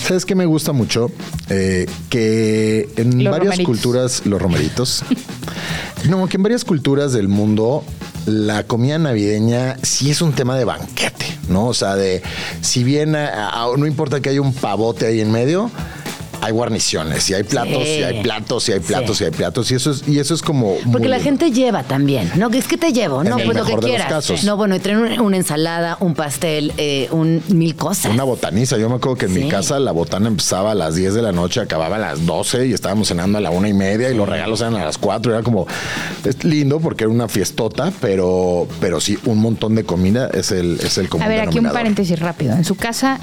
[SPEAKER 3] ¿Sabes qué me gusta mucho? Eh, que en
[SPEAKER 1] Los
[SPEAKER 3] varias
[SPEAKER 1] romeritos.
[SPEAKER 3] culturas,
[SPEAKER 1] <laughs>
[SPEAKER 3] los romeritos. no, que en varias culturas del mundo, la comida navideña sí es un tema de banquete, ¿no? O sea, de si bien a- a- no importa que haya un pavote ahí en medio. Hay guarniciones, y hay platos,
[SPEAKER 4] Sí.
[SPEAKER 3] y hay platos, y hay platos,
[SPEAKER 4] Sí.
[SPEAKER 3] y hay platos, y eso es, y eso es como. muy
[SPEAKER 4] Porque la
[SPEAKER 3] lindo.
[SPEAKER 4] gente lleva también. No, que es que te llevo.
[SPEAKER 3] En
[SPEAKER 4] No,
[SPEAKER 3] el
[SPEAKER 4] pues lo que
[SPEAKER 3] mejor de los
[SPEAKER 4] quieras.
[SPEAKER 3] casos.
[SPEAKER 4] No, bueno, y traen una, una ensalada, un pastel, eh, un mil cosas.
[SPEAKER 3] Una botaniza. Yo me acuerdo que en
[SPEAKER 4] Sí.
[SPEAKER 3] mi casa la botana empezaba a las 10 de la noche, acababa a las 12 y estábamos cenando a la una y media y los regalos eran a las 4. Era como, es lindo porque era una fiestota, pero, pero sí, un montón de comida es el, es el común
[SPEAKER 1] A ver, aquí un
[SPEAKER 3] denominador.
[SPEAKER 1] paréntesis rápido. En su casa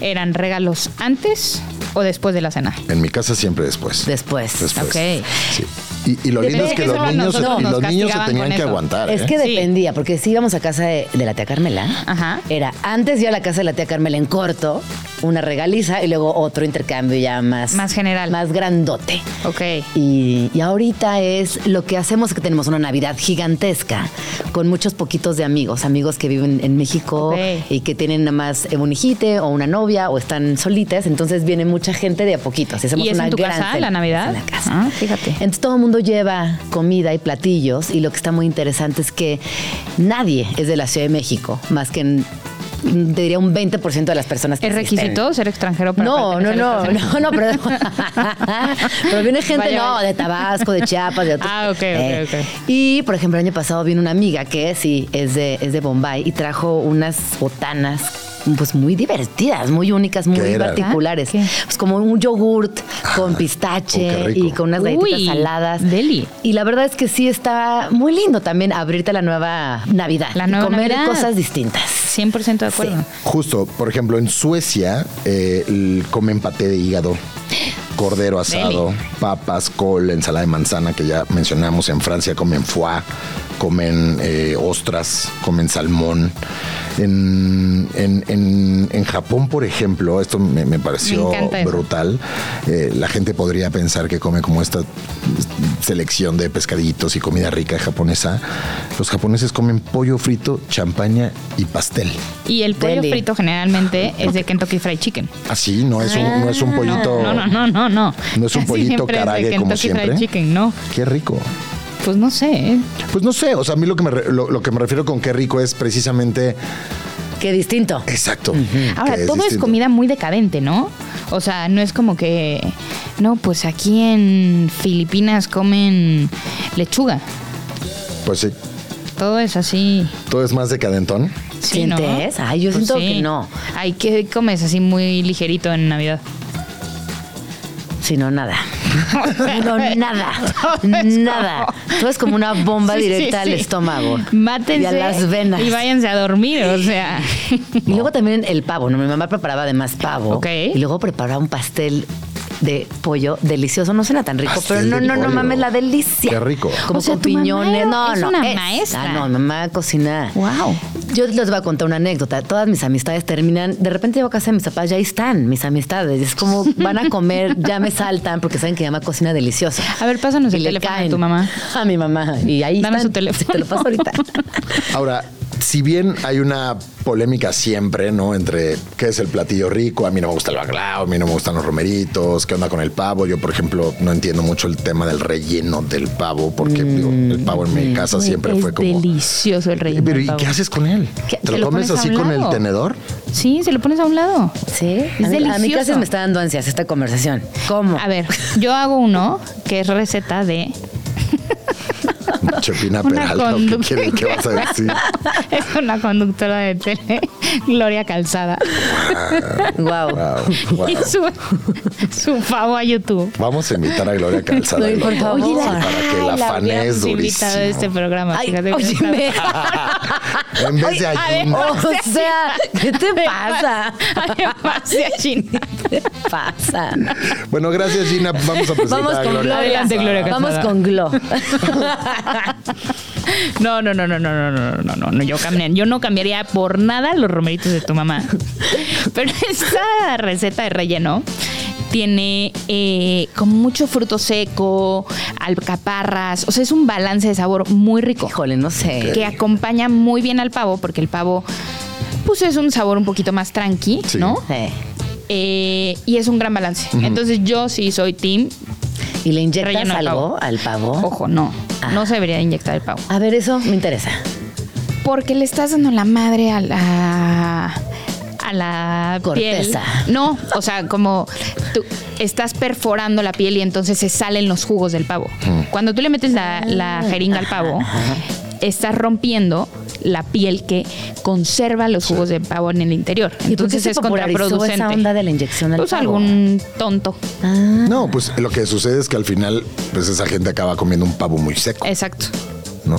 [SPEAKER 1] eran regalos antes o después de la cena.
[SPEAKER 3] En mi casa siempre después.
[SPEAKER 4] Después.
[SPEAKER 3] Después.
[SPEAKER 1] Ok.
[SPEAKER 3] Sí. Y, y lo
[SPEAKER 1] Depende
[SPEAKER 3] lindo es
[SPEAKER 1] de
[SPEAKER 3] que
[SPEAKER 1] que
[SPEAKER 3] los
[SPEAKER 1] solo a
[SPEAKER 3] niños,
[SPEAKER 1] nosotros
[SPEAKER 3] y
[SPEAKER 1] nos
[SPEAKER 3] los niños se
[SPEAKER 1] castigaban
[SPEAKER 3] tenían
[SPEAKER 1] con
[SPEAKER 3] que
[SPEAKER 1] eso.
[SPEAKER 3] aguantar.
[SPEAKER 4] Es
[SPEAKER 3] ¿eh?
[SPEAKER 4] que
[SPEAKER 1] Sí.
[SPEAKER 4] dependía, porque si íbamos a casa de, de la tía Carmela,
[SPEAKER 1] Ajá.
[SPEAKER 4] era antes yo a la casa de la tía Carmela en corto, una regaliza y luego otro intercambio ya más...
[SPEAKER 1] Más general.
[SPEAKER 4] Más grandote.
[SPEAKER 1] Ok.
[SPEAKER 4] Y, y ahorita es lo que hacemos que tenemos una Navidad gigantesca con muchos poquitos de amigos, amigos que viven en México
[SPEAKER 1] Ok.
[SPEAKER 4] y que tienen nada más eh, un hijite o una novia o están solitas, entonces viene mucha gente de a poquitos. Hacemos
[SPEAKER 1] ¿Y es
[SPEAKER 4] una
[SPEAKER 1] en tu
[SPEAKER 4] gran
[SPEAKER 1] casa
[SPEAKER 4] cena.
[SPEAKER 1] la Navidad?
[SPEAKER 4] Es en la casa.
[SPEAKER 1] Ah, fíjate.
[SPEAKER 4] Entonces todo el mundo lleva comida y platillos y lo que está muy interesante es que nadie es de la Ciudad de México, más que en- te diría un 20% de las personas que
[SPEAKER 1] ¿Es
[SPEAKER 4] asisten.
[SPEAKER 1] requisito ser extranjero para
[SPEAKER 4] No, no,
[SPEAKER 1] pertenecer a
[SPEAKER 4] no,
[SPEAKER 1] esta
[SPEAKER 4] <laughs> no,
[SPEAKER 1] selección?
[SPEAKER 4] no, pero,
[SPEAKER 1] <laughs>
[SPEAKER 4] pero viene gente,
[SPEAKER 1] Vaya,
[SPEAKER 4] no,
[SPEAKER 1] vaya.
[SPEAKER 4] de Tabasco, de Chiapas, de otros. Eh,
[SPEAKER 1] Ah, ok, ok, ok.
[SPEAKER 4] Y, por ejemplo, el año pasado vino una amiga que sí, es de, es de Bombay y trajo unas botanas pues muy divertidas, muy únicas, muy
[SPEAKER 3] era? Ah,
[SPEAKER 4] particulares.
[SPEAKER 1] Ah, ¿qué?
[SPEAKER 4] Pues como un yogurt con pistache
[SPEAKER 3] oh, qué rico.
[SPEAKER 4] y con unas galletitas
[SPEAKER 1] Uy,
[SPEAKER 4] saladas.
[SPEAKER 1] deli.
[SPEAKER 4] Y la verdad es que sí está muy lindo también abrirte la nueva Navidad.
[SPEAKER 1] La nueva
[SPEAKER 4] y comer
[SPEAKER 1] Navidad.
[SPEAKER 4] cosas distintas.
[SPEAKER 1] 100% de acuerdo.
[SPEAKER 4] Sí.
[SPEAKER 3] Justo, por ejemplo, en Suecia eh, el- comen paté de hígado, cordero asado, papas, col, ensalada de manzana que ya mencionamos. En Francia comen foie, comen eh, ostras, comen salmón. En, en- en- en Japón, por ejemplo, esto me, me pareció
[SPEAKER 1] Me encanta eso.
[SPEAKER 3] brutal. eh, la gente podría pensar que come como esta selección de pescaditos y comida rica japonesa. Los japoneses comen pollo frito, champaña y pastel.
[SPEAKER 1] Y el pollo
[SPEAKER 4] Deli.
[SPEAKER 1] frito generalmente es de Kentucky Fried Chicken.
[SPEAKER 3] Así, Ah, no es un, no es un pollito.
[SPEAKER 1] Ah, No, no, no, no, no.
[SPEAKER 3] No es un
[SPEAKER 1] Casi
[SPEAKER 3] pollito
[SPEAKER 1] siempre es de
[SPEAKER 3] carague como
[SPEAKER 1] Kentucky
[SPEAKER 3] siempre.
[SPEAKER 1] Fried Chicken, no.
[SPEAKER 3] Qué rico.
[SPEAKER 1] Pues no sé. ¿eh?
[SPEAKER 3] Pues no sé, o sea, a mí lo que me, re- lo, lo que me refiero con qué rico es precisamente.
[SPEAKER 4] Qué distinto.
[SPEAKER 3] Exacto.
[SPEAKER 1] Ahora,
[SPEAKER 3] que
[SPEAKER 1] todo es
[SPEAKER 3] distinto.
[SPEAKER 1] comida muy decadente, ¿no? O sea, no es como que. No, pues aquí en Filipinas comen lechuga.
[SPEAKER 3] Pues sí,
[SPEAKER 1] Todo es así.
[SPEAKER 3] todo es más decadentón.
[SPEAKER 1] Sí, ¿no? Pues
[SPEAKER 4] ¿Sientes? Ay, yo siento que no.
[SPEAKER 1] Ay, ¿qué comes así muy ligerito en Navidad?
[SPEAKER 4] Sino nada. <laughs> No,
[SPEAKER 1] <laughs>
[SPEAKER 4] nada.
[SPEAKER 1] Todo es
[SPEAKER 4] nada.
[SPEAKER 1] como-
[SPEAKER 4] Todo es como una bomba
[SPEAKER 1] <laughs> Sí, sí,
[SPEAKER 4] directa
[SPEAKER 1] sí.
[SPEAKER 4] al estómago.
[SPEAKER 1] Mátense
[SPEAKER 4] Y a las venas.
[SPEAKER 1] Y váyanse a dormir, o sea.
[SPEAKER 4] Y luego también el pavo, ¿no? Mi mamá preparaba además pavo.
[SPEAKER 1] Ok.
[SPEAKER 4] Y luego preparaba un pastel de pollo delicioso. No suena tan rico,
[SPEAKER 3] Pastel
[SPEAKER 4] pero no,
[SPEAKER 3] de
[SPEAKER 4] no, no
[SPEAKER 3] pollo.
[SPEAKER 4] mames, la delicia.
[SPEAKER 3] Qué rico.
[SPEAKER 4] Como
[SPEAKER 1] O sea,
[SPEAKER 4] con
[SPEAKER 1] tu mamá
[SPEAKER 4] piñones.
[SPEAKER 1] era-
[SPEAKER 4] No,
[SPEAKER 1] es
[SPEAKER 4] no.
[SPEAKER 1] una
[SPEAKER 4] es-
[SPEAKER 1] maestra.
[SPEAKER 4] Ah, no, mi mamá cocina.
[SPEAKER 1] Wow.
[SPEAKER 4] Yo les voy a contar una anécdota. Todas mis amistades terminan, de repente llego a casa de mis papás, ya ahí están mis amistades. Es
[SPEAKER 1] <laughs>
[SPEAKER 4] como van a comer, ya me saltan porque saben que mi mamá cocina delicioso.
[SPEAKER 1] A ver, pásanos
[SPEAKER 4] Y
[SPEAKER 1] el
[SPEAKER 4] le
[SPEAKER 1] teléfono de
[SPEAKER 4] caen
[SPEAKER 1] tu mamá.
[SPEAKER 4] <laughs> A mi mamá. Y ahí
[SPEAKER 1] Dame
[SPEAKER 4] están.
[SPEAKER 1] su teléfono.
[SPEAKER 4] Te lo paso
[SPEAKER 1] <laughs>
[SPEAKER 4] ahorita.
[SPEAKER 3] Ahora, si bien hay una polémica siempre, ¿no? Entre qué es el platillo rico, a mí no me gusta el bacalao, a mí no me gustan los romeritos, qué onda con el pavo. Yo, por ejemplo, no entiendo mucho el tema del relleno del pavo, porque digo, el pavo en mi casa siempre
[SPEAKER 1] Mm, es
[SPEAKER 3] fue como.
[SPEAKER 1] delicioso el relleno.
[SPEAKER 3] Pero
[SPEAKER 1] del
[SPEAKER 3] ¿y
[SPEAKER 1] pavo.
[SPEAKER 3] qué haces con él?
[SPEAKER 1] ¿Qué-
[SPEAKER 3] ¿Te
[SPEAKER 1] te
[SPEAKER 3] lo
[SPEAKER 1] lo
[SPEAKER 3] comes
[SPEAKER 1] pones a
[SPEAKER 3] así
[SPEAKER 1] un
[SPEAKER 3] con el
[SPEAKER 1] lado?
[SPEAKER 3] tenedor?
[SPEAKER 1] Sí, se lo pones a un lado.
[SPEAKER 4] Sí.
[SPEAKER 1] Es
[SPEAKER 4] a mí, a mí
[SPEAKER 1] delicioso.
[SPEAKER 4] casi me está dando ansias esta conversación. ¿Cómo?
[SPEAKER 1] A ver, yo hago uno que es receta de <laughs>
[SPEAKER 3] Chepina
[SPEAKER 1] Una
[SPEAKER 3] Peralta, ¿o ¿qué
[SPEAKER 1] conducta.
[SPEAKER 3] quieres que vas a decir?
[SPEAKER 1] es una conductora de tele, Gloria Calzada. <laughs>
[SPEAKER 4] Wow.
[SPEAKER 3] Wow, wow.
[SPEAKER 1] Y sube su pavo a YouTube.
[SPEAKER 3] Vamos a invitar a Gloria Calzada.
[SPEAKER 4] Ay, por
[SPEAKER 3] Lola,
[SPEAKER 4] favor.
[SPEAKER 3] sí,
[SPEAKER 4] Oye, la-
[SPEAKER 3] para que la fanes
[SPEAKER 1] hubiéramos
[SPEAKER 3] durísimo.
[SPEAKER 1] invitado a este programa.
[SPEAKER 4] Ay,
[SPEAKER 1] fíjate, hubiera estado- <laughs>
[SPEAKER 4] óyeme.
[SPEAKER 3] <laughs> En vez de
[SPEAKER 1] a ver,
[SPEAKER 3] ayuno.
[SPEAKER 4] <laughs> O sea,
[SPEAKER 1] <laughs>
[SPEAKER 4] ¿qué te pasa?
[SPEAKER 1] Además de China.
[SPEAKER 4] ¿Qué te pasa?
[SPEAKER 3] Bueno, gracias Gina. Vamos a presentar
[SPEAKER 4] Vamos
[SPEAKER 3] a
[SPEAKER 4] con
[SPEAKER 3] Pues Gloria.
[SPEAKER 4] Gloria.
[SPEAKER 1] Adelante, Gloria
[SPEAKER 4] Vamos
[SPEAKER 1] Casada.
[SPEAKER 4] con Glo.
[SPEAKER 1] <laughs> No, no, no, no, no, no, no, no, no, no. Yo, cambié- yo no cambiaría por nada los romeritos de tu
[SPEAKER 4] <laughs>
[SPEAKER 1] mamá. Pero esta receta de relleno tiene eh, como mucho fruto seco, alcaparras. O sea, es un balance de sabor muy rico
[SPEAKER 4] <laughs> Híjole, no sé.
[SPEAKER 1] que acompaña muy bien al pavo porque el pavo pues es un sabor un poquito más tranqui,
[SPEAKER 3] Sí.
[SPEAKER 1] ¿no?
[SPEAKER 4] Sí.
[SPEAKER 1] Eh, y es un gran balance. Entonces yo sí soy team.
[SPEAKER 4] ¿Y le inyectas
[SPEAKER 1] Relleno de
[SPEAKER 4] algo
[SPEAKER 1] pavo.
[SPEAKER 4] al pavo?
[SPEAKER 1] Ojo, no.
[SPEAKER 4] Ah.
[SPEAKER 1] No se debería inyectar el pavo.
[SPEAKER 4] A ver, eso me interesa.
[SPEAKER 1] Porque le estás dando la madre a la. A la
[SPEAKER 4] Corteza.
[SPEAKER 1] piel. No, o sea, como tú estás perforando la piel y entonces se salen los jugos del pavo. Cuando tú le metes la, la jeringa al pavo, estás rompiendo la piel que conserva los jugos del pavo en el interior.
[SPEAKER 4] ¿Y por qué
[SPEAKER 1] Entonces
[SPEAKER 4] se
[SPEAKER 1] es
[SPEAKER 4] popularizó esa
[SPEAKER 1] contraproducente.
[SPEAKER 4] onda de la inyección al
[SPEAKER 1] Pues
[SPEAKER 4] pavo?
[SPEAKER 1] algún tonto.
[SPEAKER 3] No, pues lo que sucede es que al final, pues esa gente acaba comiendo un pavo muy seco,
[SPEAKER 1] Exacto.
[SPEAKER 3] ¿no?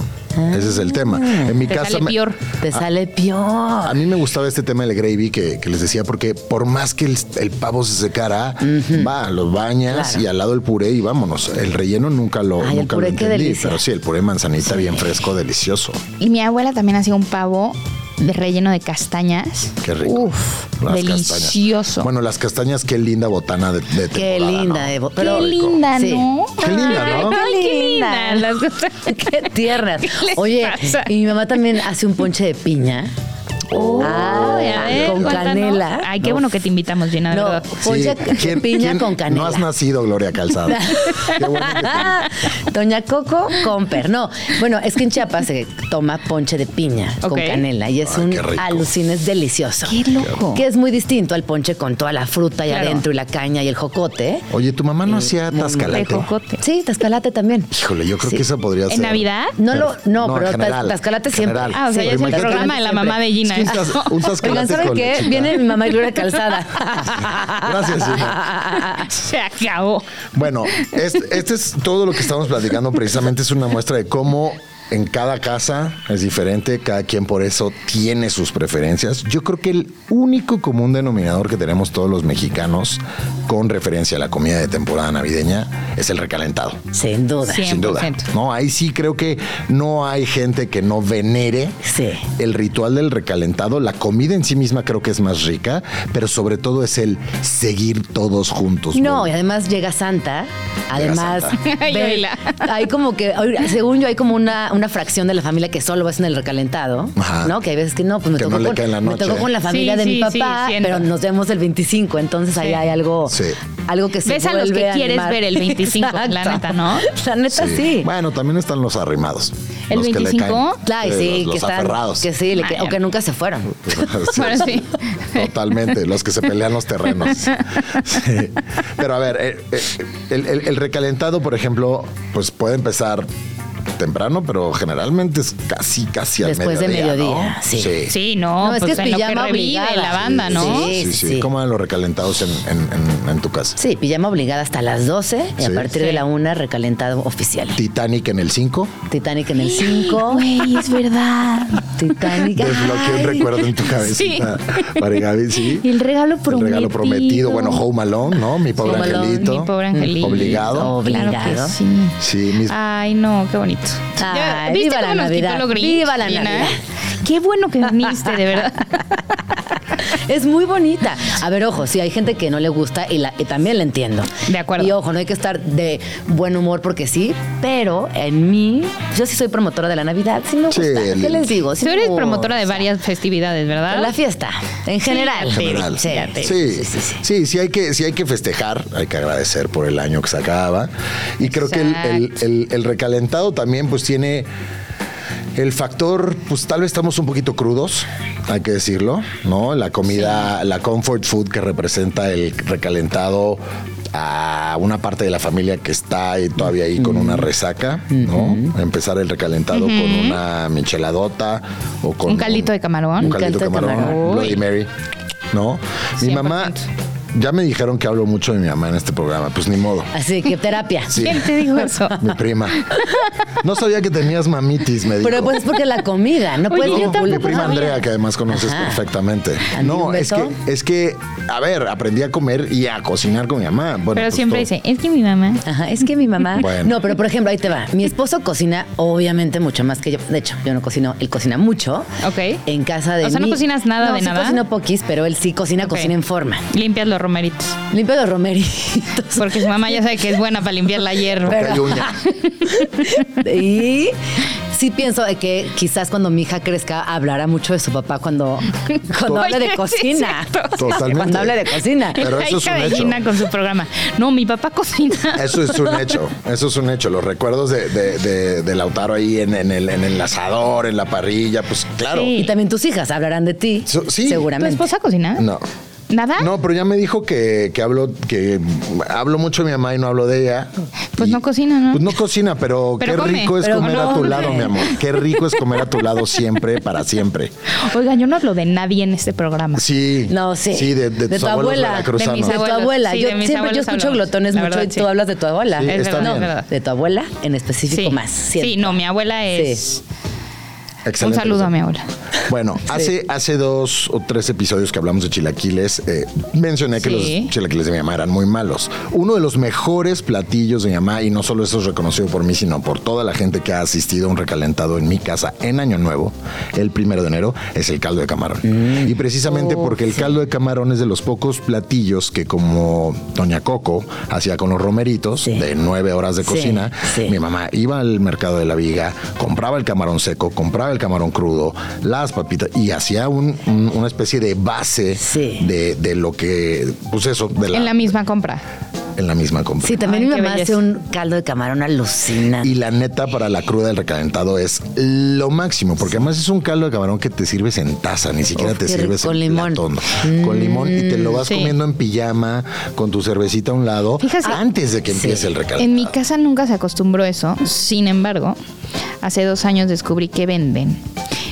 [SPEAKER 3] Ese es el tema. En mi
[SPEAKER 1] Ah. Te
[SPEAKER 3] casa.
[SPEAKER 1] sale
[SPEAKER 3] me-
[SPEAKER 1] peor.
[SPEAKER 4] Te sale peor. <laughs>
[SPEAKER 3] A mí me gustaba este tema del gravy que, que les decía, porque por más que el, el pavo se secara, va, lo bañas
[SPEAKER 4] Claro.
[SPEAKER 3] y al lado el puré y vámonos. El relleno nunca lo,
[SPEAKER 4] Ay, el
[SPEAKER 3] nunca lo
[SPEAKER 4] puré, qué
[SPEAKER 3] entendí,
[SPEAKER 4] delicia.
[SPEAKER 3] pero sí, el puré de manzanita bien fresco, delicioso.
[SPEAKER 1] Y mi abuela también hacía un pavo de relleno de castañas.
[SPEAKER 3] Qué rico.
[SPEAKER 1] Uf,
[SPEAKER 3] Las
[SPEAKER 1] delicioso.
[SPEAKER 3] castañas. Bueno, las castañas, qué linda botana de, de
[SPEAKER 4] Qué
[SPEAKER 3] temporada,
[SPEAKER 4] linda,
[SPEAKER 3] ¿no?
[SPEAKER 4] Evo. Pero
[SPEAKER 1] qué linda,
[SPEAKER 4] Sí.
[SPEAKER 1] ¿no?
[SPEAKER 3] Qué linda, ¿no?
[SPEAKER 1] Ay, qué linda.
[SPEAKER 4] Qué linda.
[SPEAKER 1] Las-
[SPEAKER 4] Qué tiernas.
[SPEAKER 1] les
[SPEAKER 4] Oye,
[SPEAKER 1] pasa?
[SPEAKER 4] y mi mamá también hace un ponche de piña. Ah,
[SPEAKER 1] Ay, a ver,
[SPEAKER 4] con
[SPEAKER 1] cuéntanos.
[SPEAKER 4] canela.
[SPEAKER 1] Ay, qué bueno que te invitamos, Gina, de
[SPEAKER 4] No,
[SPEAKER 1] verdad.
[SPEAKER 3] Sí,
[SPEAKER 4] ponche de
[SPEAKER 3] ¿quién-
[SPEAKER 4] pues <laughs> piña
[SPEAKER 3] quién-
[SPEAKER 4] con canela.
[SPEAKER 3] No has nacido, Gloria
[SPEAKER 4] <laughs>
[SPEAKER 3] Calzada. Qué bueno que te-
[SPEAKER 4] Doña Coco Comper. No, bueno, es que en Chiapas se toma ponche de piña con
[SPEAKER 1] Ok.
[SPEAKER 4] canela y es
[SPEAKER 3] Ay,
[SPEAKER 4] un
[SPEAKER 3] qué rico.
[SPEAKER 4] alucín, es delicioso.
[SPEAKER 1] Qué loco.
[SPEAKER 4] Que es muy distinto al ponche con toda la fruta y
[SPEAKER 1] Claro.
[SPEAKER 4] adentro y la caña y el jocote.
[SPEAKER 3] Oye, ¿tu
[SPEAKER 4] Eh,
[SPEAKER 3] mamá no hacía
[SPEAKER 1] De
[SPEAKER 3] tascalate?
[SPEAKER 1] jocote.
[SPEAKER 4] Sí, tascalate también.
[SPEAKER 3] Híjole, yo creo
[SPEAKER 4] Sí.
[SPEAKER 3] que esa podría ser.
[SPEAKER 1] ¿En Navidad?
[SPEAKER 4] No lo, no,
[SPEAKER 3] No,
[SPEAKER 4] pero
[SPEAKER 3] en general,
[SPEAKER 4] tas- tascalate siempre.
[SPEAKER 3] general.
[SPEAKER 1] Ah, o sea,
[SPEAKER 3] Sí,
[SPEAKER 1] ya es el
[SPEAKER 3] imagínate.
[SPEAKER 1] programa de la mamá de Gina.
[SPEAKER 3] Es
[SPEAKER 1] <laughs>
[SPEAKER 3] que un tas- un tascalate
[SPEAKER 4] <laughs> Oigan, ¿saben
[SPEAKER 3] con
[SPEAKER 4] qué?
[SPEAKER 3] lechita.
[SPEAKER 4] Viene mi mamá y Gloria Calzada.
[SPEAKER 3] <laughs> Gracias,
[SPEAKER 4] <laughs>
[SPEAKER 3] Gina.
[SPEAKER 1] Se acabó.
[SPEAKER 3] Bueno, es- este, es todo lo que estamos platicando. Precisamente es una muestra de cómo en cada casa es diferente. Cada quien por eso tiene sus preferencias. Yo creo que el único común denominador que tenemos todos los mexicanos con referencia a la comida de temporada navideña es el recalentado.
[SPEAKER 4] Sin duda.
[SPEAKER 1] Sí.
[SPEAKER 3] Sin duda.
[SPEAKER 1] 100%.
[SPEAKER 3] No, ahí sí creo que no hay gente que no venere
[SPEAKER 4] Sí.
[SPEAKER 3] el ritual del recalentado, la comida en sí misma creo que es más rica, pero sobre todo es el seguir todos juntos.
[SPEAKER 4] No,
[SPEAKER 3] Bol.
[SPEAKER 4] y además llega Santa. Además,
[SPEAKER 1] <laughs> Santa. Y
[SPEAKER 4] ve-
[SPEAKER 1] baila.
[SPEAKER 4] hay como que, oiga, según yo, hay como una, una fracción de la familia que solo vas en el recalentado,
[SPEAKER 3] Ajá.
[SPEAKER 4] ¿no? Que hay veces que no, pues me,
[SPEAKER 3] Que
[SPEAKER 4] tocó,
[SPEAKER 3] no le cae
[SPEAKER 4] con,
[SPEAKER 3] en la
[SPEAKER 4] me
[SPEAKER 3] noche.
[SPEAKER 4] tocó con la familia
[SPEAKER 1] Sí,
[SPEAKER 4] de mi
[SPEAKER 1] sí, sí,
[SPEAKER 4] papá,
[SPEAKER 1] siento.
[SPEAKER 4] pero nos vemos el 25, entonces ahí hay algo,
[SPEAKER 3] Sí.
[SPEAKER 4] algo que se
[SPEAKER 1] Ves a los
[SPEAKER 4] vuelve
[SPEAKER 1] que quieres
[SPEAKER 4] animar.
[SPEAKER 1] ver el 25, la
[SPEAKER 4] Exacto.
[SPEAKER 1] neta, ¿no?
[SPEAKER 4] <laughs> La neta sí.
[SPEAKER 3] Bueno, también están los arrimados.
[SPEAKER 1] ¿El
[SPEAKER 3] los Que le
[SPEAKER 1] 25?
[SPEAKER 3] caen,
[SPEAKER 4] Claro, y
[SPEAKER 3] eh,
[SPEAKER 4] sí,
[SPEAKER 3] los,
[SPEAKER 4] que
[SPEAKER 3] los
[SPEAKER 4] están,
[SPEAKER 3] aferrados.
[SPEAKER 4] que sí, le que- o que nunca se
[SPEAKER 3] <laughs>
[SPEAKER 4] fueron. <laughs>
[SPEAKER 3] Sí,
[SPEAKER 1] Bueno, sí.
[SPEAKER 3] Totalmente, los que se pelean los
[SPEAKER 4] <laughs>
[SPEAKER 3] terrenos. Sí. Pero a ver, eh, eh, el, el- el recalentado, por ejemplo, pues puede empezar temprano, pero generalmente es casi, casi al
[SPEAKER 4] Después de
[SPEAKER 3] mediodía. ¿no?
[SPEAKER 4] mediodía, sí.
[SPEAKER 1] Sí, no,
[SPEAKER 4] No, es
[SPEAKER 1] pues
[SPEAKER 4] que es
[SPEAKER 1] en lo
[SPEAKER 4] pijama
[SPEAKER 1] que revive
[SPEAKER 4] obligada.
[SPEAKER 1] la banda, ¿no?
[SPEAKER 4] Sí,
[SPEAKER 3] Sí, sí,
[SPEAKER 4] sí,
[SPEAKER 3] sí.
[SPEAKER 4] sí.
[SPEAKER 3] ¿Cómo eran los recalentados en, en- en- en tu casa?
[SPEAKER 4] Sí, pijama obligada hasta las 12 y a
[SPEAKER 3] Sí.
[SPEAKER 4] partir
[SPEAKER 1] Sí.
[SPEAKER 4] de la 1 recalentado oficial.
[SPEAKER 3] Titanic en el 5.
[SPEAKER 4] Titanic en el 5.
[SPEAKER 1] Güey, es verdad.
[SPEAKER 4] Titanic.
[SPEAKER 3] Desbloqueé un
[SPEAKER 4] ay.
[SPEAKER 3] recuerdo en tu cabecita. Para Gaby, sí.
[SPEAKER 1] El regalo
[SPEAKER 3] El regalo prometido.
[SPEAKER 1] prometido.
[SPEAKER 3] Bueno, Home Alone, ¿no? Mi pobre
[SPEAKER 4] Home Alone,
[SPEAKER 3] angelito.
[SPEAKER 1] Mi pobre angelito.
[SPEAKER 3] Obligado.
[SPEAKER 1] Claro
[SPEAKER 4] Obligado.
[SPEAKER 1] que sí.
[SPEAKER 3] Sí, mis-
[SPEAKER 1] Ay, no, qué bonito. Ya,
[SPEAKER 4] Ay, viva la
[SPEAKER 1] cómo nos quitó
[SPEAKER 4] Navidad,
[SPEAKER 1] lo Grinch,
[SPEAKER 4] viva la
[SPEAKER 1] Gina?
[SPEAKER 4] Navidad.
[SPEAKER 1] Qué bueno que viniste, de <laughs> verdad.
[SPEAKER 4] Es muy bonita. A ver, ojo, sí, hay gente que no le gusta y, la, y también la entiendo.
[SPEAKER 1] De acuerdo.
[SPEAKER 4] Y ojo, no hay que estar de buen humor porque sí, pero en mí, yo sí soy promotora de la Navidad, sí me
[SPEAKER 3] Sí,
[SPEAKER 4] gusta. ¿Qué
[SPEAKER 3] Lili.
[SPEAKER 4] les digo? Sí
[SPEAKER 1] Tú
[SPEAKER 4] me
[SPEAKER 1] eres
[SPEAKER 4] gusta.
[SPEAKER 1] promotora de varias festividades, ¿verdad?
[SPEAKER 4] La fiesta, en general.
[SPEAKER 1] En
[SPEAKER 3] general.
[SPEAKER 4] Sí,
[SPEAKER 3] Sí, sí, sí, hay que, sí hay que festejar, hay que agradecer por el año que se acaba. Y creo que el, el- el- el recalentado también pues tiene el factor, pues tal vez estamos un poquito crudos, hay que decirlo, ¿no? La comida, la comfort food que representa el recalentado a una parte de la familia que está ahí todavía ahí con una resaca, ¿no? Empezar el recalentado con una micheladota o con
[SPEAKER 1] Un caldito de camarón.
[SPEAKER 3] Un caldito de
[SPEAKER 4] Un caldo de
[SPEAKER 3] camarón,
[SPEAKER 4] camarón.
[SPEAKER 3] Bloody Mary, ¿no? Mi mamá
[SPEAKER 1] 100%.
[SPEAKER 3] Ya me dijeron que hablo mucho de mi mamá en este programa, pues ni modo.
[SPEAKER 4] Así que terapia.
[SPEAKER 3] Sí,
[SPEAKER 1] ¿Quién te <laughs> dijo eso?
[SPEAKER 3] mi prima. No sabía que tenías mamitis, me dijo.
[SPEAKER 4] Pero pues es porque la comida, no
[SPEAKER 1] Oye,
[SPEAKER 4] puedes
[SPEAKER 1] yo
[SPEAKER 4] ir
[SPEAKER 1] tampoco
[SPEAKER 3] mi
[SPEAKER 4] pulpo.
[SPEAKER 3] prima
[SPEAKER 1] sabía.
[SPEAKER 3] Andrea, que además conoces
[SPEAKER 4] Ajá.
[SPEAKER 3] perfectamente.
[SPEAKER 4] ¿A mí un
[SPEAKER 3] No, es
[SPEAKER 4] beso?
[SPEAKER 3] que, es que, a ver, aprendí a comer y a cocinar con mi mamá. Bueno,
[SPEAKER 1] Pero
[SPEAKER 3] pues,
[SPEAKER 1] siempre
[SPEAKER 3] todo.
[SPEAKER 1] dice, es que mi mamá.
[SPEAKER 4] Ajá, es que mi mamá.
[SPEAKER 3] <laughs> Bueno.
[SPEAKER 4] No, pero por ejemplo, ahí te va. Mi esposo cocina, obviamente, mucho más que yo. De hecho, yo no cocino, él cocina mucho.
[SPEAKER 1] Ok.
[SPEAKER 4] En casa de.
[SPEAKER 1] O sea, ¿no
[SPEAKER 4] mí-
[SPEAKER 1] cocinas nada
[SPEAKER 4] No,
[SPEAKER 1] de
[SPEAKER 4] sí
[SPEAKER 1] nada?
[SPEAKER 4] cocino poquis, pero él sí cocina,
[SPEAKER 1] Ok.
[SPEAKER 4] cocina en forma.
[SPEAKER 1] Limpias los romeritos.
[SPEAKER 4] Limpio los romeritos. <laughs>
[SPEAKER 1] Porque su mamá ya sabe que es buena para limpiar la hierba.
[SPEAKER 3] Porque hay uña.
[SPEAKER 4] <laughs> Y sí pienso de que quizás cuando mi hija crezca hablará mucho de su papá
[SPEAKER 1] <laughs>
[SPEAKER 4] cuando, cuando
[SPEAKER 1] Oye,
[SPEAKER 4] hable de
[SPEAKER 1] sí,
[SPEAKER 4] cocina.
[SPEAKER 1] cierto.
[SPEAKER 3] Totalmente.
[SPEAKER 4] Cuando hable de cocina.
[SPEAKER 3] Pero
[SPEAKER 1] la
[SPEAKER 3] eso es
[SPEAKER 1] hija
[SPEAKER 3] un
[SPEAKER 1] de
[SPEAKER 3] hecho.
[SPEAKER 1] Gina con su programa. No, mi papá cocina.
[SPEAKER 3] Eso es un hecho, eso es un hecho. Los recuerdos de, de- de- de Lautaro ahí en, en el, en el asador, en la parrilla, pues claro.
[SPEAKER 1] Sí.
[SPEAKER 4] Y también tus hijas hablarán de ti.
[SPEAKER 3] So- sí.
[SPEAKER 1] ¿Tu
[SPEAKER 4] Seguramente.
[SPEAKER 1] esposa cocina?
[SPEAKER 3] No.
[SPEAKER 1] ¿Nada?
[SPEAKER 3] No, pero ya me dijo que, que hablo que hablo mucho de mi mamá y no hablo de ella.
[SPEAKER 1] Pues
[SPEAKER 3] Y-
[SPEAKER 1] no cocina, ¿no?
[SPEAKER 3] Pues no cocina, pero,
[SPEAKER 1] Pero
[SPEAKER 3] qué
[SPEAKER 1] come.
[SPEAKER 3] rico es
[SPEAKER 4] Pero
[SPEAKER 3] comer a tu
[SPEAKER 4] come.
[SPEAKER 3] lado, mi amor. Qué rico es comer a tu lado siempre, para siempre.
[SPEAKER 1] Oigan, yo no hablo de nadie en este programa.
[SPEAKER 3] Sí.
[SPEAKER 4] No, sí.
[SPEAKER 3] Sí, de, de
[SPEAKER 4] De
[SPEAKER 3] tus
[SPEAKER 4] tu
[SPEAKER 3] abuelos
[SPEAKER 4] abuela, de
[SPEAKER 3] veracruzanos.
[SPEAKER 1] mis
[SPEAKER 4] De tu
[SPEAKER 1] Abuelos,
[SPEAKER 4] abuela.
[SPEAKER 1] sí,
[SPEAKER 4] yo
[SPEAKER 1] de mis
[SPEAKER 4] siempre yo
[SPEAKER 1] abuelos
[SPEAKER 4] escucho
[SPEAKER 1] hablamos.
[SPEAKER 4] glotones
[SPEAKER 1] La
[SPEAKER 4] mucho
[SPEAKER 1] verdad,
[SPEAKER 4] y
[SPEAKER 1] sí.
[SPEAKER 4] tú hablas de tu abuela.
[SPEAKER 3] Sí,
[SPEAKER 1] Es
[SPEAKER 3] está
[SPEAKER 1] verdad,
[SPEAKER 3] bien.
[SPEAKER 1] es verdad.
[SPEAKER 4] De tu abuela en específico más.
[SPEAKER 1] sí, no, mi abuela es. Un
[SPEAKER 3] Excelente.
[SPEAKER 1] saludo a mi abuela.
[SPEAKER 3] Bueno, hace, hace dos o tres episodios que hablamos de chilaquiles, eh, mencioné que
[SPEAKER 1] Sí.
[SPEAKER 3] los chilaquiles de mi mamá eran muy malos. Uno de los mejores platillos de mi mamá, y no solo eso es reconocido por mí, sino por toda la gente que ha asistido a un recalentado en mi casa en Año Nuevo, el primero de enero, es el caldo de camarón. Y precisamente porque el caldo de camarón es de los pocos platillos que como Doña Coco hacía con los romeritos,
[SPEAKER 4] Sí.
[SPEAKER 3] de nueve horas de
[SPEAKER 4] Sí,
[SPEAKER 3] cocina,
[SPEAKER 4] sí.
[SPEAKER 3] mi mamá iba al mercado de la viga, compraba el camarón seco, compraba el camarón crudo, las papitas y hacía un- un- una especie de base
[SPEAKER 4] Sí.
[SPEAKER 3] de, de lo que, pues eso, de la,
[SPEAKER 1] En la misma compra.
[SPEAKER 3] en la misma compra.
[SPEAKER 4] Sí, también
[SPEAKER 1] Ay,
[SPEAKER 4] mi
[SPEAKER 1] qué
[SPEAKER 4] mamá hace
[SPEAKER 1] belleza.
[SPEAKER 4] un caldo de camarón alucinante.
[SPEAKER 3] Y la neta para la cruda del recalentado es lo máximo, porque además es un caldo de camarón que te sirves en taza, ni siquiera
[SPEAKER 4] Uf,
[SPEAKER 3] te
[SPEAKER 4] qué
[SPEAKER 3] sirves
[SPEAKER 4] rico,
[SPEAKER 3] en
[SPEAKER 4] limón. Mm,
[SPEAKER 3] platón. con limón y te lo vas
[SPEAKER 1] sí.
[SPEAKER 3] comiendo en pijama, con tu cervecita a un lado,
[SPEAKER 1] Fíjate-
[SPEAKER 3] antes de que
[SPEAKER 4] Sí.
[SPEAKER 3] empiece el recalentado.
[SPEAKER 1] En mi casa nunca se acostumbró eso. Sin embargo, hace dos años descubrí que venden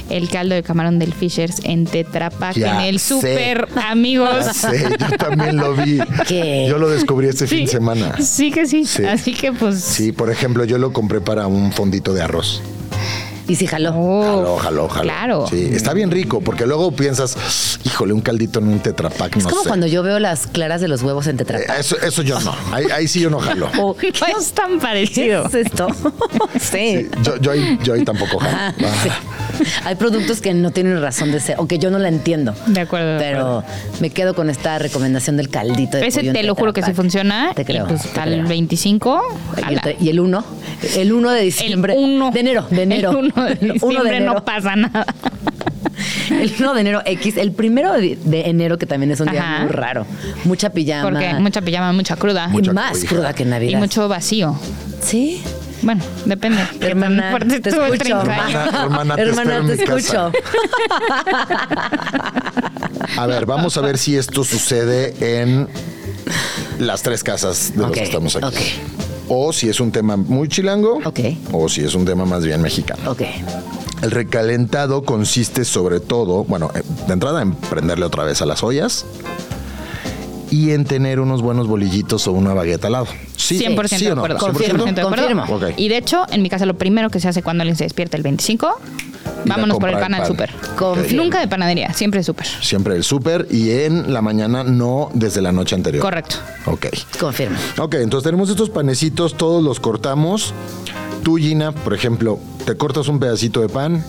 [SPEAKER 1] el caldo de camarón del Fishers en Tetra Pak
[SPEAKER 3] Ya
[SPEAKER 1] en el
[SPEAKER 3] sé.
[SPEAKER 1] super amigos.
[SPEAKER 3] Ya sé, yo también lo vi.
[SPEAKER 4] <laughs> ¿Qué?
[SPEAKER 3] Yo lo descubrí este fin de semana.
[SPEAKER 1] Sí que sí.
[SPEAKER 3] Sí.
[SPEAKER 1] Así que pues.
[SPEAKER 3] Sí, por ejemplo, yo lo compré para un fondito de arroz.
[SPEAKER 4] Y sí, jaló.
[SPEAKER 1] Oh,
[SPEAKER 3] Ojalá, ojalá, ojalá.
[SPEAKER 1] Claro.
[SPEAKER 3] Sí, está bien rico, porque luego piensas, híjole, un caldito en un tetrapac,
[SPEAKER 4] es
[SPEAKER 3] no
[SPEAKER 4] como
[SPEAKER 3] sé.
[SPEAKER 4] cuando yo veo las claras de los huevos en
[SPEAKER 3] Eh,
[SPEAKER 4] tetrapack. Oh,
[SPEAKER 3] Eso, eso yo no. Ahí, ahí sí yo no
[SPEAKER 4] <laughs>
[SPEAKER 3] jalo.
[SPEAKER 1] <laughs> <laughs> No es tan
[SPEAKER 4] ¿Qué
[SPEAKER 1] parecido.
[SPEAKER 4] es esto? <laughs>
[SPEAKER 3] Sí,
[SPEAKER 4] sí.
[SPEAKER 3] yo, yo ahí, yo ahí tampoco jalo.
[SPEAKER 4] Ajá,
[SPEAKER 3] Ah.
[SPEAKER 4] sí. Hay productos que no tienen razón de ser, o que yo no la entiendo.
[SPEAKER 1] De acuerdo, de
[SPEAKER 4] Pero me quedo con esta recomendación del caldito. De
[SPEAKER 1] Ese
[SPEAKER 4] pollo en
[SPEAKER 1] te lo
[SPEAKER 4] Tetra
[SPEAKER 1] juro que sí
[SPEAKER 4] Pak.
[SPEAKER 1] funciona.
[SPEAKER 4] Te creo.
[SPEAKER 1] Y pues
[SPEAKER 4] te
[SPEAKER 1] para el
[SPEAKER 4] creo.
[SPEAKER 1] 25.
[SPEAKER 4] Y el
[SPEAKER 1] ala.
[SPEAKER 4] tre- Y el 1, el 1 de diciembre.
[SPEAKER 1] El uno-
[SPEAKER 4] de enero, de enero.
[SPEAKER 1] El 1 de
[SPEAKER 4] <laughs> El uno
[SPEAKER 1] diciembre
[SPEAKER 4] enero.
[SPEAKER 1] no pasa nada.
[SPEAKER 4] El 1 de enero X, el primero de de enero, que también es un día
[SPEAKER 1] Ajá.
[SPEAKER 4] muy raro. Mucha pijama.
[SPEAKER 1] Porque mucha pijama, mucha cruda.
[SPEAKER 4] y
[SPEAKER 3] Mucha
[SPEAKER 4] más
[SPEAKER 3] cobija.
[SPEAKER 4] cruda que en
[SPEAKER 1] Y
[SPEAKER 4] Navidad.
[SPEAKER 1] mucho vacío.
[SPEAKER 4] Sí.
[SPEAKER 1] Bueno, depende. que tan
[SPEAKER 4] Hermana,
[SPEAKER 1] fuerte
[SPEAKER 4] te
[SPEAKER 1] estuvo el
[SPEAKER 4] escucho.
[SPEAKER 1] 30 años.
[SPEAKER 3] Hermana, hermana, te espero en
[SPEAKER 4] Hermana, te,
[SPEAKER 3] mi casa.
[SPEAKER 4] escucho.
[SPEAKER 3] A ver, vamos a ver si esto sucede en las tres casas de los
[SPEAKER 4] Ok,
[SPEAKER 3] que estamos aquí.
[SPEAKER 4] ok.
[SPEAKER 3] O si es un tema muy chilango,
[SPEAKER 4] Ok.
[SPEAKER 3] o si es un tema más bien mexicano.
[SPEAKER 4] Ok.
[SPEAKER 3] El recalentado consiste sobre todo, bueno, eh, de entrada en prenderle otra vez a las ollas y en tener unos buenos bolillitos o una bagueta al lado. Sí,
[SPEAKER 1] 100%
[SPEAKER 3] ¿sí
[SPEAKER 1] de
[SPEAKER 3] o no?
[SPEAKER 1] acuerdo.
[SPEAKER 3] 100%.
[SPEAKER 1] de acuerdo.
[SPEAKER 4] Confirmo.
[SPEAKER 3] Ok.
[SPEAKER 1] Y de hecho, en mi casa lo primero que se hace cuando alguien se despierta el 25,
[SPEAKER 3] Ir a
[SPEAKER 1] vámonos por el
[SPEAKER 3] comprar
[SPEAKER 1] pan al súper.
[SPEAKER 4] Confirmo.
[SPEAKER 1] Nunca de panadería, siempre súper.
[SPEAKER 3] Siempre el súper y en la mañana, no desde la noche anterior.
[SPEAKER 1] Correcto.
[SPEAKER 3] Ok.
[SPEAKER 4] Confirmo.
[SPEAKER 3] Ok, entonces tenemos estos panecitos, todos los cortamos. Tú, Gina, por ejemplo, te cortas un pedacito de pan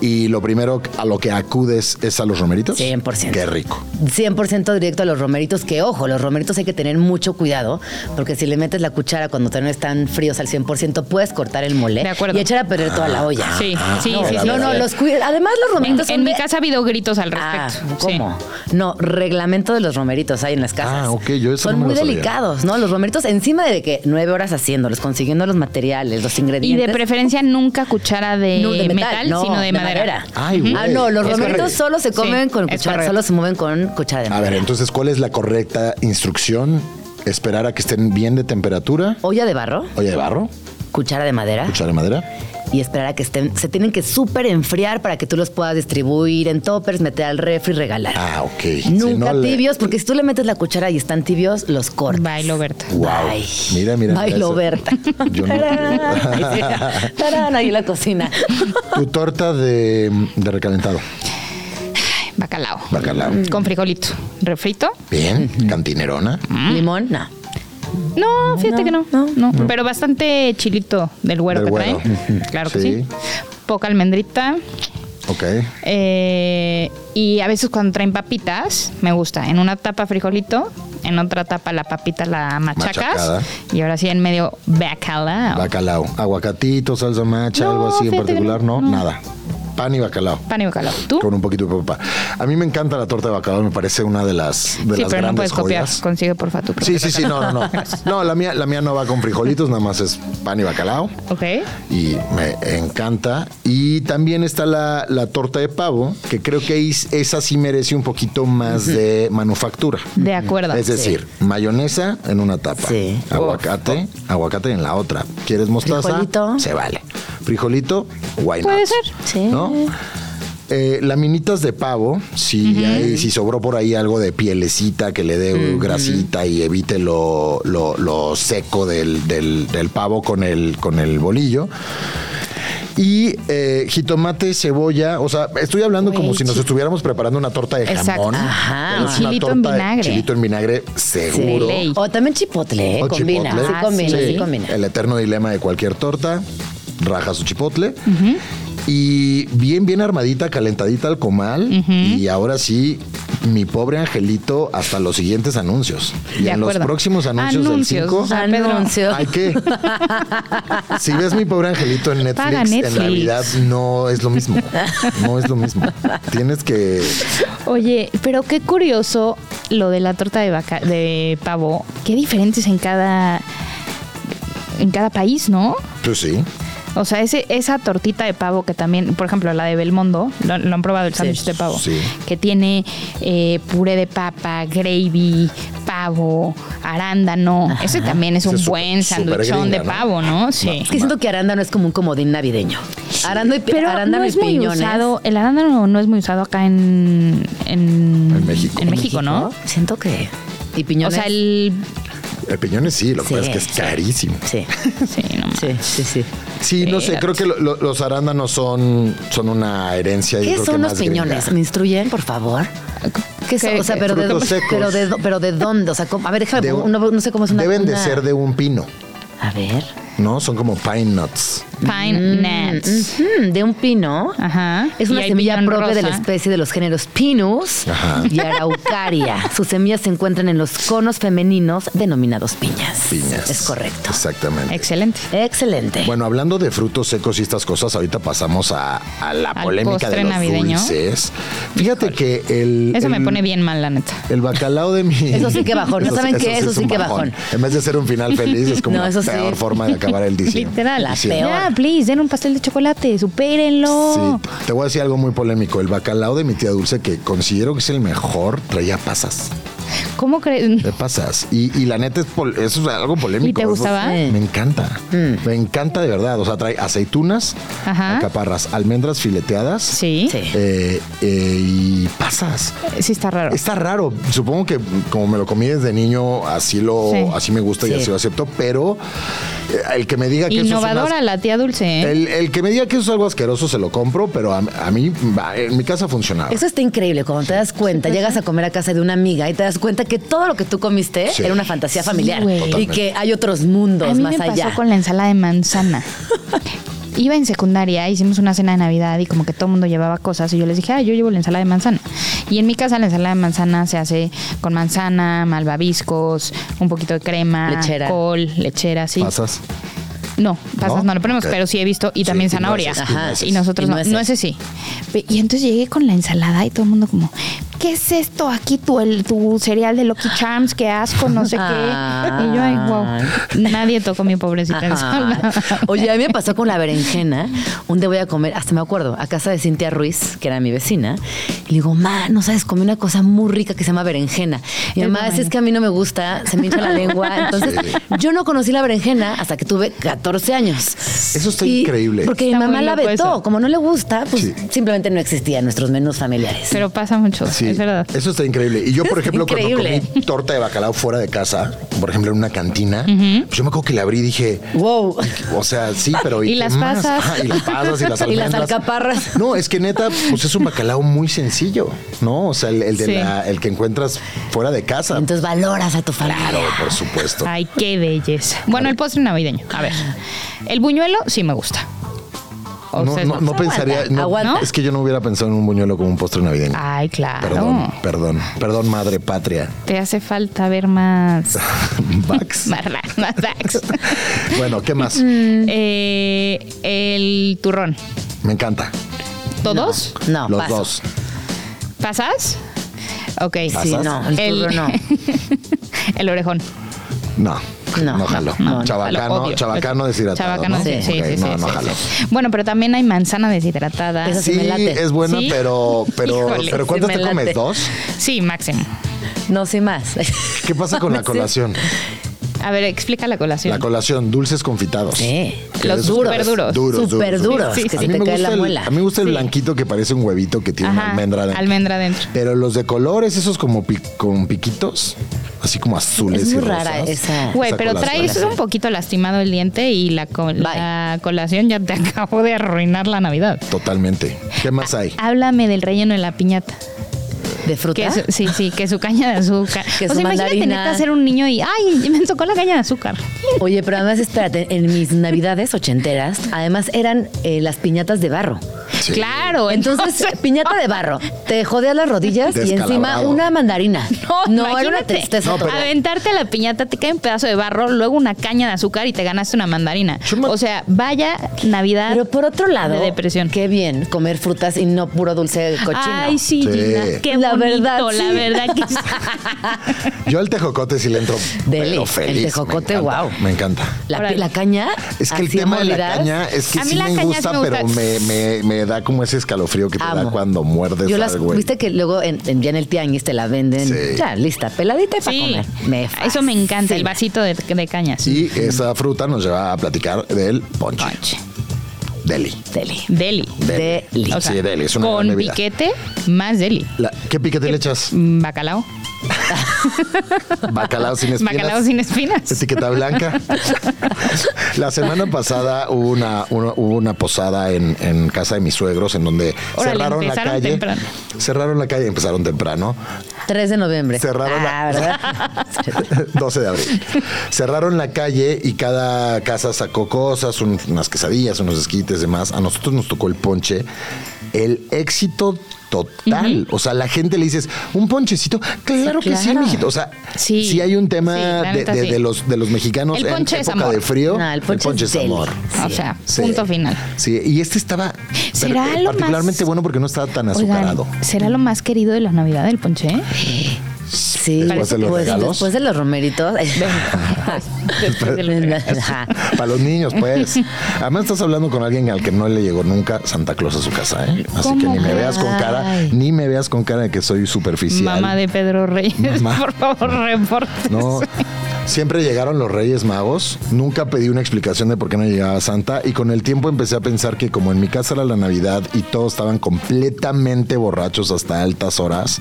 [SPEAKER 3] y lo primero a lo que acudes es a los romeritos.
[SPEAKER 4] 100%.
[SPEAKER 3] Qué rico.
[SPEAKER 4] 100% directo a los romeritos, que ojo, los romeritos hay que tener mucho cuidado, porque si le metes la cuchara cuando todavía no están fríos al 100%, puedes cortar el mole
[SPEAKER 1] De acuerdo.
[SPEAKER 4] y echar a perder toda
[SPEAKER 3] Ah,
[SPEAKER 4] la olla.
[SPEAKER 1] Sí, sí,
[SPEAKER 4] no,
[SPEAKER 1] sí, sí.
[SPEAKER 4] No, no,
[SPEAKER 1] sí.
[SPEAKER 4] los cuida- Además, los
[SPEAKER 1] En,
[SPEAKER 4] romeritos son
[SPEAKER 1] en mi
[SPEAKER 4] de-
[SPEAKER 1] casa ha habido gritos al
[SPEAKER 4] Ah,
[SPEAKER 1] respecto. sí.
[SPEAKER 4] ¿cómo? No, reglamento de los romeritos hay en las casas.
[SPEAKER 3] Ah, ok, yo eso
[SPEAKER 4] Son
[SPEAKER 3] no me
[SPEAKER 4] muy
[SPEAKER 3] lo sabía.
[SPEAKER 4] delicados, ¿no? Los romeritos, encima de que nueve horas haciéndolos, consiguiendo los materiales, los
[SPEAKER 1] Y
[SPEAKER 4] ingredientes.
[SPEAKER 1] de preferencia nunca cuchara de,
[SPEAKER 4] No,
[SPEAKER 1] metal,
[SPEAKER 4] no,
[SPEAKER 1] sino de, madera.
[SPEAKER 3] Ay,
[SPEAKER 4] Ujú. Ah,
[SPEAKER 3] güey.
[SPEAKER 4] no, los
[SPEAKER 3] Es
[SPEAKER 4] romeritos
[SPEAKER 3] correcto.
[SPEAKER 4] solo se comen
[SPEAKER 1] Sí,
[SPEAKER 4] con
[SPEAKER 1] es
[SPEAKER 4] cuchara,
[SPEAKER 1] correcto.
[SPEAKER 4] solo se mueven con cuchara de
[SPEAKER 3] A ver, entonces, ¿cuál es la correcta instrucción? Esperar a que estén bien de temperatura.
[SPEAKER 4] Olla de barro,
[SPEAKER 3] Olla de barro,
[SPEAKER 4] cuchara de madera
[SPEAKER 3] cuchara de madera.
[SPEAKER 4] y esperar a que estén. Se tienen que súper enfriar para que tú los puedas distribuir en toppers, meter al refri y regalar.
[SPEAKER 3] Ah, ok. Si
[SPEAKER 4] Nunca
[SPEAKER 3] no le-
[SPEAKER 4] tibios, porque si tú le metes la cuchara y están tibios, los cortas.
[SPEAKER 1] Bailo, Berta.
[SPEAKER 3] Wow.
[SPEAKER 4] Ay.
[SPEAKER 3] Mira, Ah, mira. mira
[SPEAKER 4] Bailo
[SPEAKER 3] eso.
[SPEAKER 4] Berta.
[SPEAKER 3] <laughs>
[SPEAKER 1] <laughs>
[SPEAKER 3] Yo no-
[SPEAKER 4] Tarán. <laughs> Tarán, ahí en la cocina.
[SPEAKER 3] Tu torta de, de recalentado.
[SPEAKER 1] Bacalao.
[SPEAKER 3] Bacalao.
[SPEAKER 1] Con frijolito. Refrito.
[SPEAKER 3] Bien, cantinerona.
[SPEAKER 4] Limón, no.
[SPEAKER 1] No, fíjate que no. No,
[SPEAKER 4] no,
[SPEAKER 1] Pero bastante chilito del güero
[SPEAKER 3] Del
[SPEAKER 1] que
[SPEAKER 3] güero.
[SPEAKER 1] traen.
[SPEAKER 3] Ujú.
[SPEAKER 1] Claro que
[SPEAKER 3] Sí.
[SPEAKER 1] sí. Poca almendrita.
[SPEAKER 3] Ok.
[SPEAKER 1] eh, y a veces cuando traen papitas, me gusta. En una tapa frijolito, en otra tapa la papita la machacas.
[SPEAKER 3] Machacada.
[SPEAKER 1] Y ahora sí en medio bacalao.
[SPEAKER 3] Bacalao. Aguacatito, salsa macha,
[SPEAKER 1] Ah. No,
[SPEAKER 3] algo así en
[SPEAKER 1] fíjate que
[SPEAKER 3] particular. No,
[SPEAKER 1] no, no.
[SPEAKER 3] nada. Pan y bacalao.
[SPEAKER 1] Pan y bacalao. ¿Tú?
[SPEAKER 3] Con un poquito de papa. A mí me encanta la torta de bacalao, me parece una de las, de
[SPEAKER 1] sí,
[SPEAKER 3] las
[SPEAKER 1] pero no
[SPEAKER 3] grandes
[SPEAKER 1] puedes copiar.
[SPEAKER 3] joyas.
[SPEAKER 1] Consigue porfa tu propia
[SPEAKER 3] Sí, sí, sí, no, no, no. No, la mía, la mía no va con frijolitos, nada más es pan y bacalao.
[SPEAKER 1] Ok.
[SPEAKER 3] y me encanta. Y también está la, la torta de pavo, que creo que ahí s- esa sí merece un poquito más de manufactura.
[SPEAKER 1] De acuerdo.
[SPEAKER 3] Es decir, mayonesa en una tapa,
[SPEAKER 4] Sí.
[SPEAKER 3] aguacate, aguacate en la otra. ¿Quieres mostaza?
[SPEAKER 4] Frijolito.
[SPEAKER 3] Se vale. Frijolito, why not?
[SPEAKER 1] Puede ser.
[SPEAKER 4] Sí.
[SPEAKER 3] ¿No? Eh, laminitas de pavo, si, hay- si sobró por ahí algo de pielecita que le dé grasita y evite lo, lo- lo seco del, del- del pavo con el, con el bolillo. Y eh, jitomate, cebolla, o sea, estoy hablando como
[SPEAKER 1] Güey,
[SPEAKER 3] si nos
[SPEAKER 1] chi-
[SPEAKER 3] estuviéramos preparando una torta de
[SPEAKER 1] Exacto.
[SPEAKER 3] jamón.
[SPEAKER 4] Ajá.
[SPEAKER 3] pero es una
[SPEAKER 1] Ah, Chilito en
[SPEAKER 3] torta de
[SPEAKER 1] vinagre.
[SPEAKER 3] Chilito en vinagre, seguro.
[SPEAKER 1] ley.
[SPEAKER 4] O también chipotle, ¿eh?
[SPEAKER 3] O
[SPEAKER 4] combina,
[SPEAKER 3] chipotle.
[SPEAKER 4] sí
[SPEAKER 1] Ah,
[SPEAKER 4] combina, sí,
[SPEAKER 1] sí.
[SPEAKER 4] combina.
[SPEAKER 3] El eterno dilema de cualquier torta, raja su chipotle. Y bien, bien armadita, calentadita al comal. Y ahora sí, mi pobre angelito, hasta los siguientes anuncios. Y
[SPEAKER 1] De
[SPEAKER 3] en los
[SPEAKER 1] acuerdo.
[SPEAKER 3] próximos anuncios,
[SPEAKER 1] Anuncios.
[SPEAKER 3] del 5.
[SPEAKER 1] Ah, Pedro.
[SPEAKER 4] Anuncio.
[SPEAKER 1] <laughs>
[SPEAKER 3] Hay que. Si ves mi pobre angelito en Netflix,
[SPEAKER 1] Paga Netflix.
[SPEAKER 3] en Navidad no es lo mismo. No es
[SPEAKER 1] <laughs>
[SPEAKER 3] lo mismo. Tienes que.
[SPEAKER 1] Oye, pero qué curioso lo de la torta de vaca, de pavo. Qué diferentes en cada en cada país, ¿no?
[SPEAKER 3] Pues sí.
[SPEAKER 1] O sea, ese, esa tortita de pavo que también, por ejemplo, la de Belmondo, lo, lo han probado el sándwich de pavo,
[SPEAKER 3] Sí.
[SPEAKER 1] que tiene eh, puré de papa, gravy, pavo, arándano. Ese también es
[SPEAKER 3] Ese
[SPEAKER 1] un
[SPEAKER 3] es su-
[SPEAKER 1] buen
[SPEAKER 3] súper
[SPEAKER 1] sándwichón
[SPEAKER 3] gringa,
[SPEAKER 1] de
[SPEAKER 3] ¿no?
[SPEAKER 1] pavo, ¿no? Sí.
[SPEAKER 4] Es que siento que arándano es como un comodín navideño. Arándano y, pi-
[SPEAKER 1] Pero
[SPEAKER 4] arándano
[SPEAKER 1] no
[SPEAKER 4] y
[SPEAKER 1] es muy
[SPEAKER 4] piñones.
[SPEAKER 1] usado, el arándano no es muy usado acá en, en,
[SPEAKER 3] En México.
[SPEAKER 1] en México, ¿no?
[SPEAKER 4] Siento que. Y
[SPEAKER 1] O
[SPEAKER 4] piñones.
[SPEAKER 1] sea, el...
[SPEAKER 3] El piñón es sí, lo que
[SPEAKER 4] Sí,
[SPEAKER 3] pasa es que es
[SPEAKER 4] sí.
[SPEAKER 3] carísimo.
[SPEAKER 4] Sí,
[SPEAKER 1] Sí, no mames.
[SPEAKER 3] <laughs>
[SPEAKER 4] sí, sí, sí.
[SPEAKER 3] Sí, no sé, creo que lo- lo- los arándanos son, son una herencia. yo
[SPEAKER 4] ¿Qué
[SPEAKER 3] creo que
[SPEAKER 4] son los
[SPEAKER 3] más gringa.
[SPEAKER 4] piñones? ¿Me instruyen, por favor? ¿Qué son?
[SPEAKER 1] ¿Qué-
[SPEAKER 4] O sea, pero de,
[SPEAKER 3] Frutos secos.
[SPEAKER 4] pero, de, pero de dónde? O sea, ¿cómo? a ver, déjame,
[SPEAKER 3] De un-
[SPEAKER 4] no, no sé cómo es una.
[SPEAKER 3] Deben de
[SPEAKER 4] una-
[SPEAKER 3] ser de un pino,
[SPEAKER 4] A ver.
[SPEAKER 3] ¿no? Son como pine nuts.
[SPEAKER 1] Pine nuts.
[SPEAKER 4] Mm, de un pino.
[SPEAKER 1] Ajá.
[SPEAKER 4] Es
[SPEAKER 1] Y
[SPEAKER 4] una
[SPEAKER 1] hay
[SPEAKER 4] semilla
[SPEAKER 1] piñón
[SPEAKER 4] propia de la
[SPEAKER 1] rosa.
[SPEAKER 4] especie de los géneros Pinus
[SPEAKER 3] Ajá.
[SPEAKER 4] y
[SPEAKER 3] <laughs>
[SPEAKER 4] Araucaria. Sus semillas se encuentran en los conos femeninos denominados piñas.
[SPEAKER 3] Piñas.
[SPEAKER 4] Es correcto.
[SPEAKER 3] Exactamente.
[SPEAKER 1] Excelente.
[SPEAKER 4] Excelente.
[SPEAKER 3] Bueno, hablando de frutos secos y estas cosas, ahorita pasamos a, a la
[SPEAKER 1] Al
[SPEAKER 3] polémica de
[SPEAKER 1] postre
[SPEAKER 3] los
[SPEAKER 1] navideño.
[SPEAKER 3] dulces. Fíjate que el...
[SPEAKER 1] Eso me
[SPEAKER 3] el-
[SPEAKER 1] pone bien mal, la neta.
[SPEAKER 3] El bacalao de mi...
[SPEAKER 4] Eso sí
[SPEAKER 3] <laughs>
[SPEAKER 4] que bajón. ¿No
[SPEAKER 3] Eso sí-
[SPEAKER 4] saben qué? Eso
[SPEAKER 3] es
[SPEAKER 4] sí
[SPEAKER 3] un
[SPEAKER 4] que bajón.
[SPEAKER 3] En vez de ser un final feliz, es como
[SPEAKER 4] <laughs> No,
[SPEAKER 3] la
[SPEAKER 4] eso sí.
[SPEAKER 3] peor forma de acabar el
[SPEAKER 4] <laughs>
[SPEAKER 3] diciembre.
[SPEAKER 1] Literal,
[SPEAKER 4] la
[SPEAKER 3] Diciembre.
[SPEAKER 4] peor.
[SPEAKER 1] Ya, please, den un pastel de chocolate, supérenlo.
[SPEAKER 3] Sí, te voy a decir algo muy polémico. El bacalao de mi tía Dulce, que considero que es el mejor, traía pasas.
[SPEAKER 1] ¿Cómo crees?
[SPEAKER 3] De pasas. Y, y la neta es, pol- eso es algo polémico.
[SPEAKER 1] ¿Y te
[SPEAKER 3] Eso-
[SPEAKER 1] gustaba?
[SPEAKER 3] Me encanta. Me encanta de verdad. O sea, trae aceitunas,
[SPEAKER 1] Ajá.
[SPEAKER 3] caparras, almendras fileteadas.
[SPEAKER 1] Sí.
[SPEAKER 4] Sí.
[SPEAKER 3] eh, eh, y pasas.
[SPEAKER 1] Sí, está raro.
[SPEAKER 3] Está raro. Supongo que como me lo comí desde niño, así lo,
[SPEAKER 1] Sí.
[SPEAKER 3] así me gusta y
[SPEAKER 4] Sí.
[SPEAKER 3] así lo acepto. Pero eh, el que me diga que eso es
[SPEAKER 1] Innovadora
[SPEAKER 3] una-
[SPEAKER 1] la tía Dulce, ¿eh?
[SPEAKER 3] el, el que me diga que eso es algo asqueroso se lo compro, pero a, a mí va, en mi casa funcionaba.
[SPEAKER 4] Eso está increíble. Cuando te das cuenta, llegas a comer a casa de una amiga y te das cuenta que todo lo que tú comiste
[SPEAKER 3] Sí.
[SPEAKER 4] era una fantasía
[SPEAKER 1] Sí,
[SPEAKER 4] familiar
[SPEAKER 1] güey.
[SPEAKER 4] y
[SPEAKER 3] Totalmente.
[SPEAKER 4] que hay otros mundos
[SPEAKER 1] A mí
[SPEAKER 4] más
[SPEAKER 1] me
[SPEAKER 4] allá.
[SPEAKER 1] pasó con la ensalada de
[SPEAKER 4] <laughs>
[SPEAKER 1] manzana. Iba en secundaria, hicimos una cena de Navidad y como que todo el mundo llevaba cosas y yo les dije, ah, yo llevo la ensalada de manzana. Y en mi casa la ensalada de manzana se hace con manzana, malvaviscos, un poquito de crema,
[SPEAKER 4] Lechera.
[SPEAKER 1] col, lechera, sí.
[SPEAKER 3] Pasas.
[SPEAKER 1] No, pasas
[SPEAKER 3] ¿No?
[SPEAKER 1] no, lo ponemos,
[SPEAKER 3] Ok.
[SPEAKER 1] pero sí he visto y
[SPEAKER 3] Sí,
[SPEAKER 1] también
[SPEAKER 3] y
[SPEAKER 1] zanahoria.
[SPEAKER 3] nueces,
[SPEAKER 4] y Ajá. nueces.
[SPEAKER 1] Y nosotros
[SPEAKER 4] Y
[SPEAKER 1] no,
[SPEAKER 4] nueces.
[SPEAKER 1] nueces sí. Pe- Y entonces llegué con la ensalada y todo el mundo como, ¿qué ¿qué es esto? Aquí tu, el, tu cereal de Lucky Charms, qué asco, no sé qué.
[SPEAKER 4] Ah.
[SPEAKER 1] Y yo, ay, wow. Nadie tocó mi pobrecita
[SPEAKER 4] Ajá.
[SPEAKER 1] sola.
[SPEAKER 4] Oye, a mí me pasó con la berenjena. Un día voy a comer, hasta me acuerdo, a casa de Cintia Ruiz, que era mi vecina. Y le digo, ma, no sabes, comí una cosa muy rica que se llama berenjena. Y
[SPEAKER 1] Es
[SPEAKER 4] además
[SPEAKER 1] buena.
[SPEAKER 4] es que a mí no me gusta, se me hincha la
[SPEAKER 1] <laughs>
[SPEAKER 4] lengua. Entonces, yo no conocí la berenjena hasta que tuve 14 años.
[SPEAKER 3] Eso está increíble.
[SPEAKER 4] Porque
[SPEAKER 1] Está
[SPEAKER 4] mi
[SPEAKER 1] muy
[SPEAKER 4] mamá la
[SPEAKER 1] loco
[SPEAKER 4] vetó.
[SPEAKER 1] eso.
[SPEAKER 4] Como no le gusta, pues
[SPEAKER 3] Sí.
[SPEAKER 4] simplemente no existía en nuestros menús familiares.
[SPEAKER 1] Pero pasa mucho,
[SPEAKER 3] Sí,
[SPEAKER 1] es verdad.
[SPEAKER 3] Eso está increíble. Y yo, por ejemplo, cuando
[SPEAKER 4] increíble.
[SPEAKER 3] comí torta de bacalao fuera de casa, por ejemplo, en una cantina, pues yo me acuerdo que la abrí y dije, <laughs>
[SPEAKER 4] wow.
[SPEAKER 3] o sea, sí, pero
[SPEAKER 1] Y
[SPEAKER 3] qué
[SPEAKER 1] las
[SPEAKER 3] más?
[SPEAKER 1] pasas.
[SPEAKER 3] Ajá, y las pasas y las
[SPEAKER 4] Y las
[SPEAKER 3] almendras.
[SPEAKER 4] alcaparras.
[SPEAKER 3] No, es que neta, pues es un bacalao muy sencillo, ¿no? O sea, el, el de
[SPEAKER 1] Sí.
[SPEAKER 3] la- el que encuentras fuera de casa.
[SPEAKER 4] Entonces valoras a tu familia.
[SPEAKER 3] claro, por supuesto.
[SPEAKER 1] Ay, qué belleza. Bueno, el postre navideño. A ver. El buñuelo sí me gusta. ¿O
[SPEAKER 3] No,
[SPEAKER 1] ustedes
[SPEAKER 3] no, no pensaría. no,
[SPEAKER 4] aguanta.
[SPEAKER 3] Es que yo no hubiera pensado en un buñuelo como un postre navideño.
[SPEAKER 1] Ay, claro.
[SPEAKER 3] Perdón, perdón, perdón, madre patria.
[SPEAKER 1] Te hace falta ver
[SPEAKER 3] <laughs>
[SPEAKER 1] más.
[SPEAKER 3] Vax.
[SPEAKER 1] Más, ra- más racks.
[SPEAKER 3] <laughs> bueno, ¿qué más?
[SPEAKER 1] Eh, el turrón.
[SPEAKER 3] Me encanta.
[SPEAKER 1] ¿Todos?
[SPEAKER 4] No,
[SPEAKER 3] Los
[SPEAKER 4] paso.
[SPEAKER 3] dos.
[SPEAKER 1] ¿Pasas? Ok.
[SPEAKER 4] Sí,
[SPEAKER 3] ¿Pasas?
[SPEAKER 4] no, el,
[SPEAKER 1] El-
[SPEAKER 4] turno no.
[SPEAKER 1] <laughs> El orejón.
[SPEAKER 3] No.
[SPEAKER 4] No,
[SPEAKER 3] No, jalo.
[SPEAKER 1] No, no,
[SPEAKER 3] chabacano,
[SPEAKER 1] obvio.
[SPEAKER 3] chabacano deshidratado.
[SPEAKER 1] Chabacano,
[SPEAKER 3] ¿no?
[SPEAKER 1] sí, sí,
[SPEAKER 3] Ok,
[SPEAKER 1] sí,
[SPEAKER 3] no,
[SPEAKER 1] sí,
[SPEAKER 3] no
[SPEAKER 1] sí,
[SPEAKER 3] jalo.
[SPEAKER 1] sí. Bueno, pero también hay manzana deshidratada.
[SPEAKER 4] Esa
[SPEAKER 3] Sí,
[SPEAKER 4] sí me late.
[SPEAKER 3] es buena,
[SPEAKER 1] ¿Sí?
[SPEAKER 3] pero, pero,
[SPEAKER 1] Híjole,
[SPEAKER 3] pero
[SPEAKER 1] sí
[SPEAKER 3] ¿cuántas
[SPEAKER 4] me
[SPEAKER 3] te comes?
[SPEAKER 4] late.
[SPEAKER 3] ¿Dos?
[SPEAKER 1] Sí, máximo.
[SPEAKER 4] No sé más.
[SPEAKER 3] ¿Qué pasa con la colación?
[SPEAKER 1] A ver, explica la colación.
[SPEAKER 3] La colación, dulces confitados.
[SPEAKER 4] Sí.
[SPEAKER 3] Que
[SPEAKER 1] Los
[SPEAKER 3] esos
[SPEAKER 1] duros.
[SPEAKER 3] están
[SPEAKER 1] Superduros.
[SPEAKER 3] Duros,
[SPEAKER 4] Superduros, que
[SPEAKER 3] A
[SPEAKER 4] se
[SPEAKER 3] mí
[SPEAKER 4] te
[SPEAKER 3] me
[SPEAKER 4] cae
[SPEAKER 3] gusta
[SPEAKER 4] la
[SPEAKER 3] el-
[SPEAKER 4] muela.
[SPEAKER 3] A mí me gusta el blanquito que parece un huevito que tiene una
[SPEAKER 1] Ajá,
[SPEAKER 3] almendra dentro.
[SPEAKER 1] almendra dentro.
[SPEAKER 3] Pero los de colores, esos como pi- con piquitos, así como azules
[SPEAKER 4] Es muy
[SPEAKER 3] y
[SPEAKER 4] rara
[SPEAKER 3] rosas.
[SPEAKER 4] esa-
[SPEAKER 1] Güey, pero
[SPEAKER 3] colación.
[SPEAKER 1] traes un poquito lastimado el diente y la, co- la colación ya te <laughs> acabó de arruinar la Navidad.
[SPEAKER 3] Totalmente. ¿Qué más hay?
[SPEAKER 1] Háblame del relleno de la piñata.
[SPEAKER 4] ¿De fruta?
[SPEAKER 1] Que su- sí, sí, que su caña de azúcar.
[SPEAKER 4] <laughs> Que
[SPEAKER 1] o
[SPEAKER 4] su
[SPEAKER 1] sea, imagínate
[SPEAKER 4] mandarina.
[SPEAKER 1] neta ser un niño y, ay, me tocó la caña de azúcar.
[SPEAKER 4] Oye, pero además, espérate, en mis navidades ochenteras, además eran eh, las piñatas de barro.
[SPEAKER 3] Sí.
[SPEAKER 1] Ah, Claro,
[SPEAKER 4] <laughs>
[SPEAKER 1] <laughs>
[SPEAKER 4] Entonces,
[SPEAKER 1] entonces
[SPEAKER 4] piñata de barro, te jodías las rodillas y
[SPEAKER 3] Descalabrado.
[SPEAKER 4] encima una mandarina. No, era una
[SPEAKER 1] imagínate,
[SPEAKER 4] tristeza.
[SPEAKER 3] No, pero-
[SPEAKER 4] total.
[SPEAKER 1] Aventarte a la piñata, te cae un pedazo de barro, luego una caña de azúcar y te ganaste una mandarina.
[SPEAKER 3] Yo me-
[SPEAKER 1] O sea, vaya Navidad.
[SPEAKER 4] Pero por otro lado,
[SPEAKER 1] De depresión.
[SPEAKER 4] qué bien comer frutas y no puro dulce cochino.
[SPEAKER 1] Ay, sí,
[SPEAKER 3] Sí.
[SPEAKER 1] Gina, qué
[SPEAKER 4] La
[SPEAKER 1] la
[SPEAKER 4] verdad,
[SPEAKER 1] verdad, la
[SPEAKER 4] sí.
[SPEAKER 1] verdad
[SPEAKER 4] <laughs>
[SPEAKER 1] que sí.
[SPEAKER 3] Yo al tejocote sí le entro.
[SPEAKER 4] Deli,
[SPEAKER 3] pero
[SPEAKER 4] el
[SPEAKER 3] feliz.
[SPEAKER 4] tejocote,
[SPEAKER 3] me encanta,
[SPEAKER 4] guau.
[SPEAKER 3] Me encanta.
[SPEAKER 4] La,
[SPEAKER 1] Órale.
[SPEAKER 4] la caña.
[SPEAKER 3] Es que el
[SPEAKER 4] así
[SPEAKER 3] tema de la
[SPEAKER 4] molidas.
[SPEAKER 3] caña es que
[SPEAKER 1] A mí
[SPEAKER 3] sí
[SPEAKER 1] la
[SPEAKER 3] me
[SPEAKER 1] caña sí
[SPEAKER 3] gusta,
[SPEAKER 1] me gusta.
[SPEAKER 3] pero me, me- me da como ese escalofrío que te
[SPEAKER 4] Amo.
[SPEAKER 3] da cuando muerdes
[SPEAKER 4] Yo las,
[SPEAKER 3] algo. y-
[SPEAKER 4] viste que luego en, en- ya en el tianguis te la venden
[SPEAKER 3] Sí.
[SPEAKER 4] ya lista, peladita para
[SPEAKER 1] Sí.
[SPEAKER 4] comer. Me
[SPEAKER 1] Eso me encanta, el
[SPEAKER 4] fascina.
[SPEAKER 1] vasito de, de caña.
[SPEAKER 3] Y esa fruta nos lleva a platicar del ponche.
[SPEAKER 1] Punch.
[SPEAKER 3] Deli.
[SPEAKER 4] Deli.
[SPEAKER 1] Deli.
[SPEAKER 4] Deli.
[SPEAKER 1] O sea,
[SPEAKER 3] sí, deli. Es una gran
[SPEAKER 1] con
[SPEAKER 3] bebida.
[SPEAKER 1] piquete más deli.
[SPEAKER 3] La- ¿Qué piquete
[SPEAKER 1] <laughs>
[SPEAKER 3] le echas?
[SPEAKER 1] Mm, Bacalao.
[SPEAKER 3] Bacalao sin espinas. Este
[SPEAKER 1] Bacalao sin espinas. <laughs>
[SPEAKER 3] Etiqueta blanca. La semana pasada hubo una, una- hubo una posada en, en casa de mis suegros en donde
[SPEAKER 1] Órale,
[SPEAKER 3] cerraron la
[SPEAKER 1] empezaron
[SPEAKER 3] calle.
[SPEAKER 1] temprano.
[SPEAKER 3] Cerraron la calle, empezaron temprano.
[SPEAKER 4] 3 de noviembre.
[SPEAKER 3] Cerraron la-
[SPEAKER 4] ah, ¿verdad?
[SPEAKER 3] <laughs> 12 de abril. Cerraron la calle y cada casa sacó cosas, un- unas quesadillas, unos esquites, demás. A nosotros nos tocó el ponche. El éxito total. O sea, la gente le dices, ¿un ponchecito? Claro que sí,
[SPEAKER 4] claro.
[SPEAKER 3] mijito. O sea,
[SPEAKER 1] Sí.
[SPEAKER 3] sí, hay un tema
[SPEAKER 1] Sí, la
[SPEAKER 3] de,
[SPEAKER 1] neta,
[SPEAKER 3] de-
[SPEAKER 1] sí.
[SPEAKER 3] de los, de los mexicanos
[SPEAKER 1] El
[SPEAKER 3] en
[SPEAKER 1] ponche
[SPEAKER 3] época
[SPEAKER 1] es amor.
[SPEAKER 3] de frío.
[SPEAKER 4] No, el ponche es deli.
[SPEAKER 1] O
[SPEAKER 4] Sí.
[SPEAKER 1] sea,
[SPEAKER 3] Sí.
[SPEAKER 1] Ah, punto final.
[SPEAKER 3] Sí, y este estaba
[SPEAKER 1] ¿Será
[SPEAKER 3] pero, eh,
[SPEAKER 1] lo más-
[SPEAKER 3] particularmente bueno porque no estaba tan azucarado.
[SPEAKER 1] Oigan, ¿será lo más querido de la Navidad el ponche? eh?
[SPEAKER 4] Sí,
[SPEAKER 3] Después de los
[SPEAKER 4] pues,
[SPEAKER 3] regalos.
[SPEAKER 4] Después de
[SPEAKER 3] <laughs>
[SPEAKER 4] los romeritos. <laughs>
[SPEAKER 1] Después de los regalos.
[SPEAKER 4] Ajá.
[SPEAKER 3] Para los niños, pues. Además, estás hablando con alguien al que no le llegó nunca Santa Claus a su casa, ¿eh? Así que ni me
[SPEAKER 1] ¿Cómo?
[SPEAKER 3] veas con cara,
[SPEAKER 4] Ay.
[SPEAKER 3] ni me veas con cara de que soy superficial.
[SPEAKER 1] Mamá de Pedro Reyes, <laughs>
[SPEAKER 3] Mamá.
[SPEAKER 1] por favor, reporte.
[SPEAKER 3] <laughs> No. Siempre llegaron los Reyes Magos. Nunca pedí una explicación de por qué no llegaba Santa. Y con el tiempo empecé a pensar que, como en mi casa era la Navidad y todos estaban completamente borrachos hasta altas horas,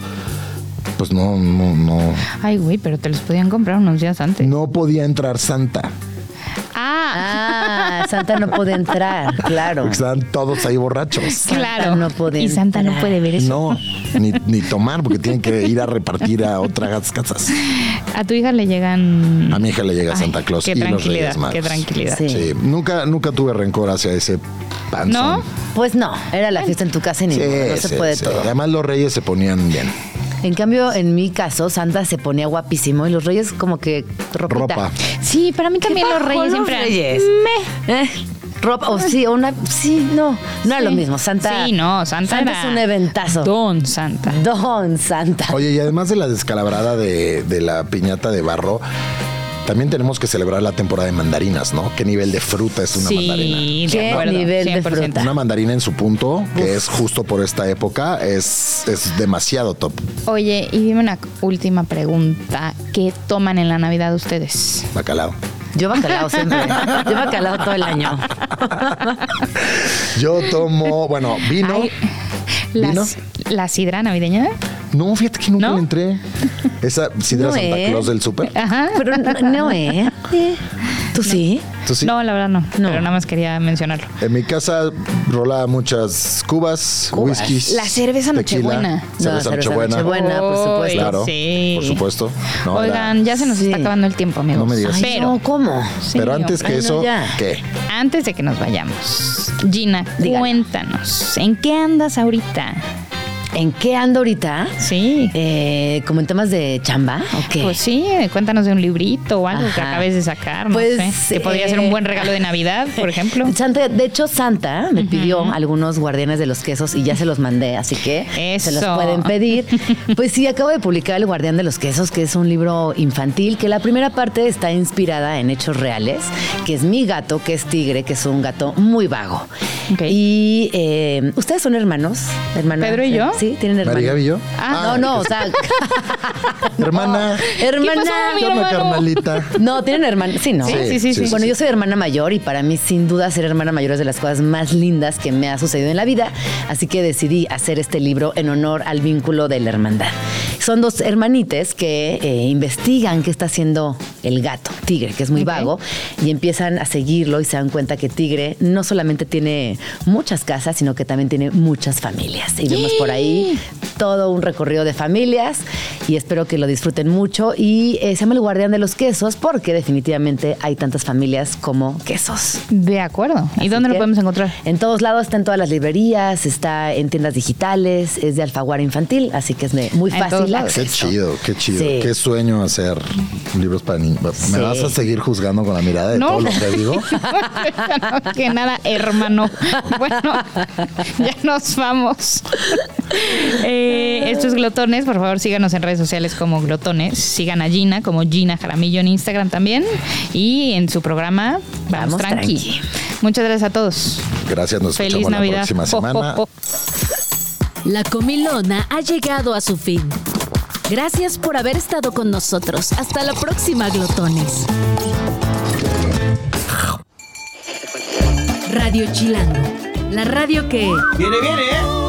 [SPEAKER 3] pues no, no, no.
[SPEAKER 1] Ay, güey, pero te los podían comprar unos días antes.
[SPEAKER 3] No podía entrar Santa.
[SPEAKER 1] Ah, <laughs>
[SPEAKER 4] Ah, Santa no puede entrar, claro.
[SPEAKER 3] Porque estaban todos ahí borrachos.
[SPEAKER 4] Santa
[SPEAKER 1] claro.
[SPEAKER 4] no puede
[SPEAKER 1] y Santa no
[SPEAKER 4] entrar.
[SPEAKER 1] puede ver eso.
[SPEAKER 3] No, ni, ni tomar, porque tienen que ir a repartir a otras casas.
[SPEAKER 1] A tu hija le llegan.
[SPEAKER 3] A mi hija le llega
[SPEAKER 1] Ay,
[SPEAKER 3] Santa Claus
[SPEAKER 1] Qué
[SPEAKER 3] y los
[SPEAKER 1] tranquilidad,
[SPEAKER 3] Reyes Magos.
[SPEAKER 1] qué tranquilidad.
[SPEAKER 4] Sí.
[SPEAKER 3] Sí, nunca, nunca tuve rencor hacia ese panzón.
[SPEAKER 1] ¿No?
[SPEAKER 4] Pues no, era la fiesta en tu casa y ni
[SPEAKER 3] Sí,
[SPEAKER 4] modo, no se
[SPEAKER 3] sí,
[SPEAKER 4] puede
[SPEAKER 3] sí.
[SPEAKER 4] todo.
[SPEAKER 3] Además los reyes se ponían bien.
[SPEAKER 4] En cambio, en mi caso, Santa se ponía guapísimo y los reyes como que ropita.
[SPEAKER 3] Ropa.
[SPEAKER 1] Sí, para mí también los
[SPEAKER 4] bajón
[SPEAKER 1] reyes
[SPEAKER 4] los
[SPEAKER 1] siempre.
[SPEAKER 4] reyes.
[SPEAKER 1] Me.
[SPEAKER 4] Eh, ropa, o sí, una, sí, no, no era
[SPEAKER 1] Sí.
[SPEAKER 4] lo mismo. Santa.
[SPEAKER 1] Sí, no, Santa
[SPEAKER 4] Santa
[SPEAKER 1] era
[SPEAKER 4] es un eventazo.
[SPEAKER 1] Don Santa.
[SPEAKER 4] Don Santa.
[SPEAKER 3] Oye, y además de la descalabrada de, de la piñata de barro, también tenemos que celebrar la temporada de mandarinas, ¿no? ¿Qué nivel de fruta es una mandarina?
[SPEAKER 1] Sí,
[SPEAKER 4] Qué
[SPEAKER 1] de acuerdo,
[SPEAKER 4] nivel de
[SPEAKER 1] 100%.
[SPEAKER 4] fruta.
[SPEAKER 3] Una mandarina en su punto, que es justo por esta época, es, es demasiado top.
[SPEAKER 1] Oye, y dime una última pregunta. ¿Qué toman en la Navidad ustedes?
[SPEAKER 3] Bacalao.
[SPEAKER 4] Yo bacalao siempre. Yo bacalao todo el año.
[SPEAKER 3] Yo tomo, bueno, vino.
[SPEAKER 1] Ay, las- ¿La sidra navideña?
[SPEAKER 3] No, fíjate que nunca
[SPEAKER 1] ¿No?
[SPEAKER 3] le entré. Esa sidra
[SPEAKER 4] No,
[SPEAKER 3] Santa
[SPEAKER 4] ¿eh?
[SPEAKER 3] Claus del súper.
[SPEAKER 1] Ajá.
[SPEAKER 4] Pero no, no, ¿eh? ¿Tú sí?
[SPEAKER 3] ¿Tú Pues sí?
[SPEAKER 1] No, la verdad no,
[SPEAKER 4] No.
[SPEAKER 1] Pero nada más quería mencionarlo.
[SPEAKER 3] En mi casa rolaba muchas cubas,
[SPEAKER 4] Cubas.
[SPEAKER 3] whiskies.
[SPEAKER 1] La cerveza
[SPEAKER 3] tequila,
[SPEAKER 1] Nochebuena.
[SPEAKER 4] No,
[SPEAKER 3] Cerveza
[SPEAKER 4] cerveza
[SPEAKER 3] nochebuena.
[SPEAKER 4] Nochebuena. Buena, por supuesto.
[SPEAKER 1] Ay,
[SPEAKER 3] Claro,
[SPEAKER 1] sí.
[SPEAKER 3] por supuesto. No, era-
[SPEAKER 1] Oigan, ya se nos está
[SPEAKER 4] Sí.
[SPEAKER 1] acabando el tiempo, amigos.
[SPEAKER 3] No me digas. Ay,
[SPEAKER 1] Pero
[SPEAKER 4] No, ¿cómo?
[SPEAKER 1] sí, Ah,
[SPEAKER 3] Pero antes que
[SPEAKER 4] Ay, no,
[SPEAKER 3] eso,
[SPEAKER 4] ya.
[SPEAKER 3] ¿qué?
[SPEAKER 1] antes de que nos vayamos, Gina,
[SPEAKER 4] Dígalo.
[SPEAKER 1] cuéntanos, ¿en qué andas ahorita?
[SPEAKER 4] ¿En qué ando ahorita?
[SPEAKER 1] Sí.
[SPEAKER 4] Eh, ¿Como en temas de chamba? ¿O qué?
[SPEAKER 1] Pues sí, cuéntanos de un librito o algo que
[SPEAKER 4] Ajá.
[SPEAKER 1] acabes de sacar, no
[SPEAKER 4] Pues,
[SPEAKER 1] sé. Que podría ser
[SPEAKER 4] eh,
[SPEAKER 1] un buen regalo de Navidad, por
[SPEAKER 4] <laughs>
[SPEAKER 1] ejemplo.
[SPEAKER 4] Santa, de hecho, Santa me pidió algunos guardianes de los quesos y ya se los mandé, así que
[SPEAKER 1] Eso.
[SPEAKER 4] se los
[SPEAKER 1] <laughs>
[SPEAKER 4] pueden pedir. Pues sí, acabo de publicar El Guardián de los Quesos, que es un libro infantil, que la primera parte está inspirada en hechos reales, que es mi gato, que es tigre, que es un gato muy vago.
[SPEAKER 1] Ok.
[SPEAKER 4] Y eh, ustedes son hermanos, hermana. eh,
[SPEAKER 1] ¿Pedro y yo?
[SPEAKER 4] Sí, tienen hermanos.
[SPEAKER 3] ¿María y yo?
[SPEAKER 4] Ah, no, no, o
[SPEAKER 1] <laughs>
[SPEAKER 4] sea,
[SPEAKER 3] Hermana,
[SPEAKER 4] hermana.
[SPEAKER 1] pasó, mi
[SPEAKER 3] toma
[SPEAKER 1] Ah, hermano?
[SPEAKER 3] carnalita.
[SPEAKER 4] No, tienen hermana. Sí, no.
[SPEAKER 1] Sí, <laughs> sí, sí, sí.
[SPEAKER 3] sí,
[SPEAKER 4] Bueno,
[SPEAKER 3] sí.
[SPEAKER 4] yo soy hermana mayor y para mí, sin duda, ser hermana mayor es de las cosas más lindas que me ha sucedido en la vida. Así que decidí hacer este libro en honor al vínculo de la hermandad. Son dos hermanites que eh, investigan qué está haciendo el gato, Tigre, que es muy
[SPEAKER 1] Ok.
[SPEAKER 4] vago, y empiezan a seguirlo y se dan cuenta que Tigre no solamente tiene muchas casas, sino que también tiene muchas familias. Y vemos por ahí todo un recorrido de familias y espero que lo disfruten mucho. Y eh, se llama El Guardián de los Quesos porque definitivamente hay tantas familias como quesos.
[SPEAKER 1] De acuerdo. ¿Y dónde lo
[SPEAKER 4] que-
[SPEAKER 1] podemos encontrar?
[SPEAKER 4] En todos lados, está en todas las librerías, está en tiendas digitales, es de Alfaguara Infantil, así que es de muy
[SPEAKER 1] En todos
[SPEAKER 4] fácil
[SPEAKER 1] lados.
[SPEAKER 3] Qué
[SPEAKER 4] acceso.
[SPEAKER 3] chido, qué chido.
[SPEAKER 4] Sí.
[SPEAKER 3] Qué sueño hacer libros para niños.
[SPEAKER 4] Sí.
[SPEAKER 3] ¿Me vas a seguir juzgando con la mirada de
[SPEAKER 1] No.
[SPEAKER 3] todo lo que
[SPEAKER 1] <laughs>
[SPEAKER 3] digo?
[SPEAKER 1] No, <laughs> que nada,
[SPEAKER 3] <laughs>
[SPEAKER 1] hermano. Bueno, ya nos vamos. Eh, esto es Glotones. Por favor, síganos en redes sociales como Glotones. Sigan a Gina como Gina Jaramillo en Instagram también. Y en su programa Vamos,
[SPEAKER 4] Vamos
[SPEAKER 1] tranqui.
[SPEAKER 4] Tranqui.
[SPEAKER 1] Muchas gracias a todos.
[SPEAKER 3] Gracias, nos
[SPEAKER 1] Feliz
[SPEAKER 3] escuchamos
[SPEAKER 1] Navidad. <laughs>
[SPEAKER 3] la próxima
[SPEAKER 1] Ho, ho,
[SPEAKER 3] semana.
[SPEAKER 1] ho.
[SPEAKER 2] La comilona ha llegado a su fin. Gracias por haber estado con nosotros. Hasta la próxima, glotones. Radio Chilango, la radio que...
[SPEAKER 5] Viene, viene, ¿eh?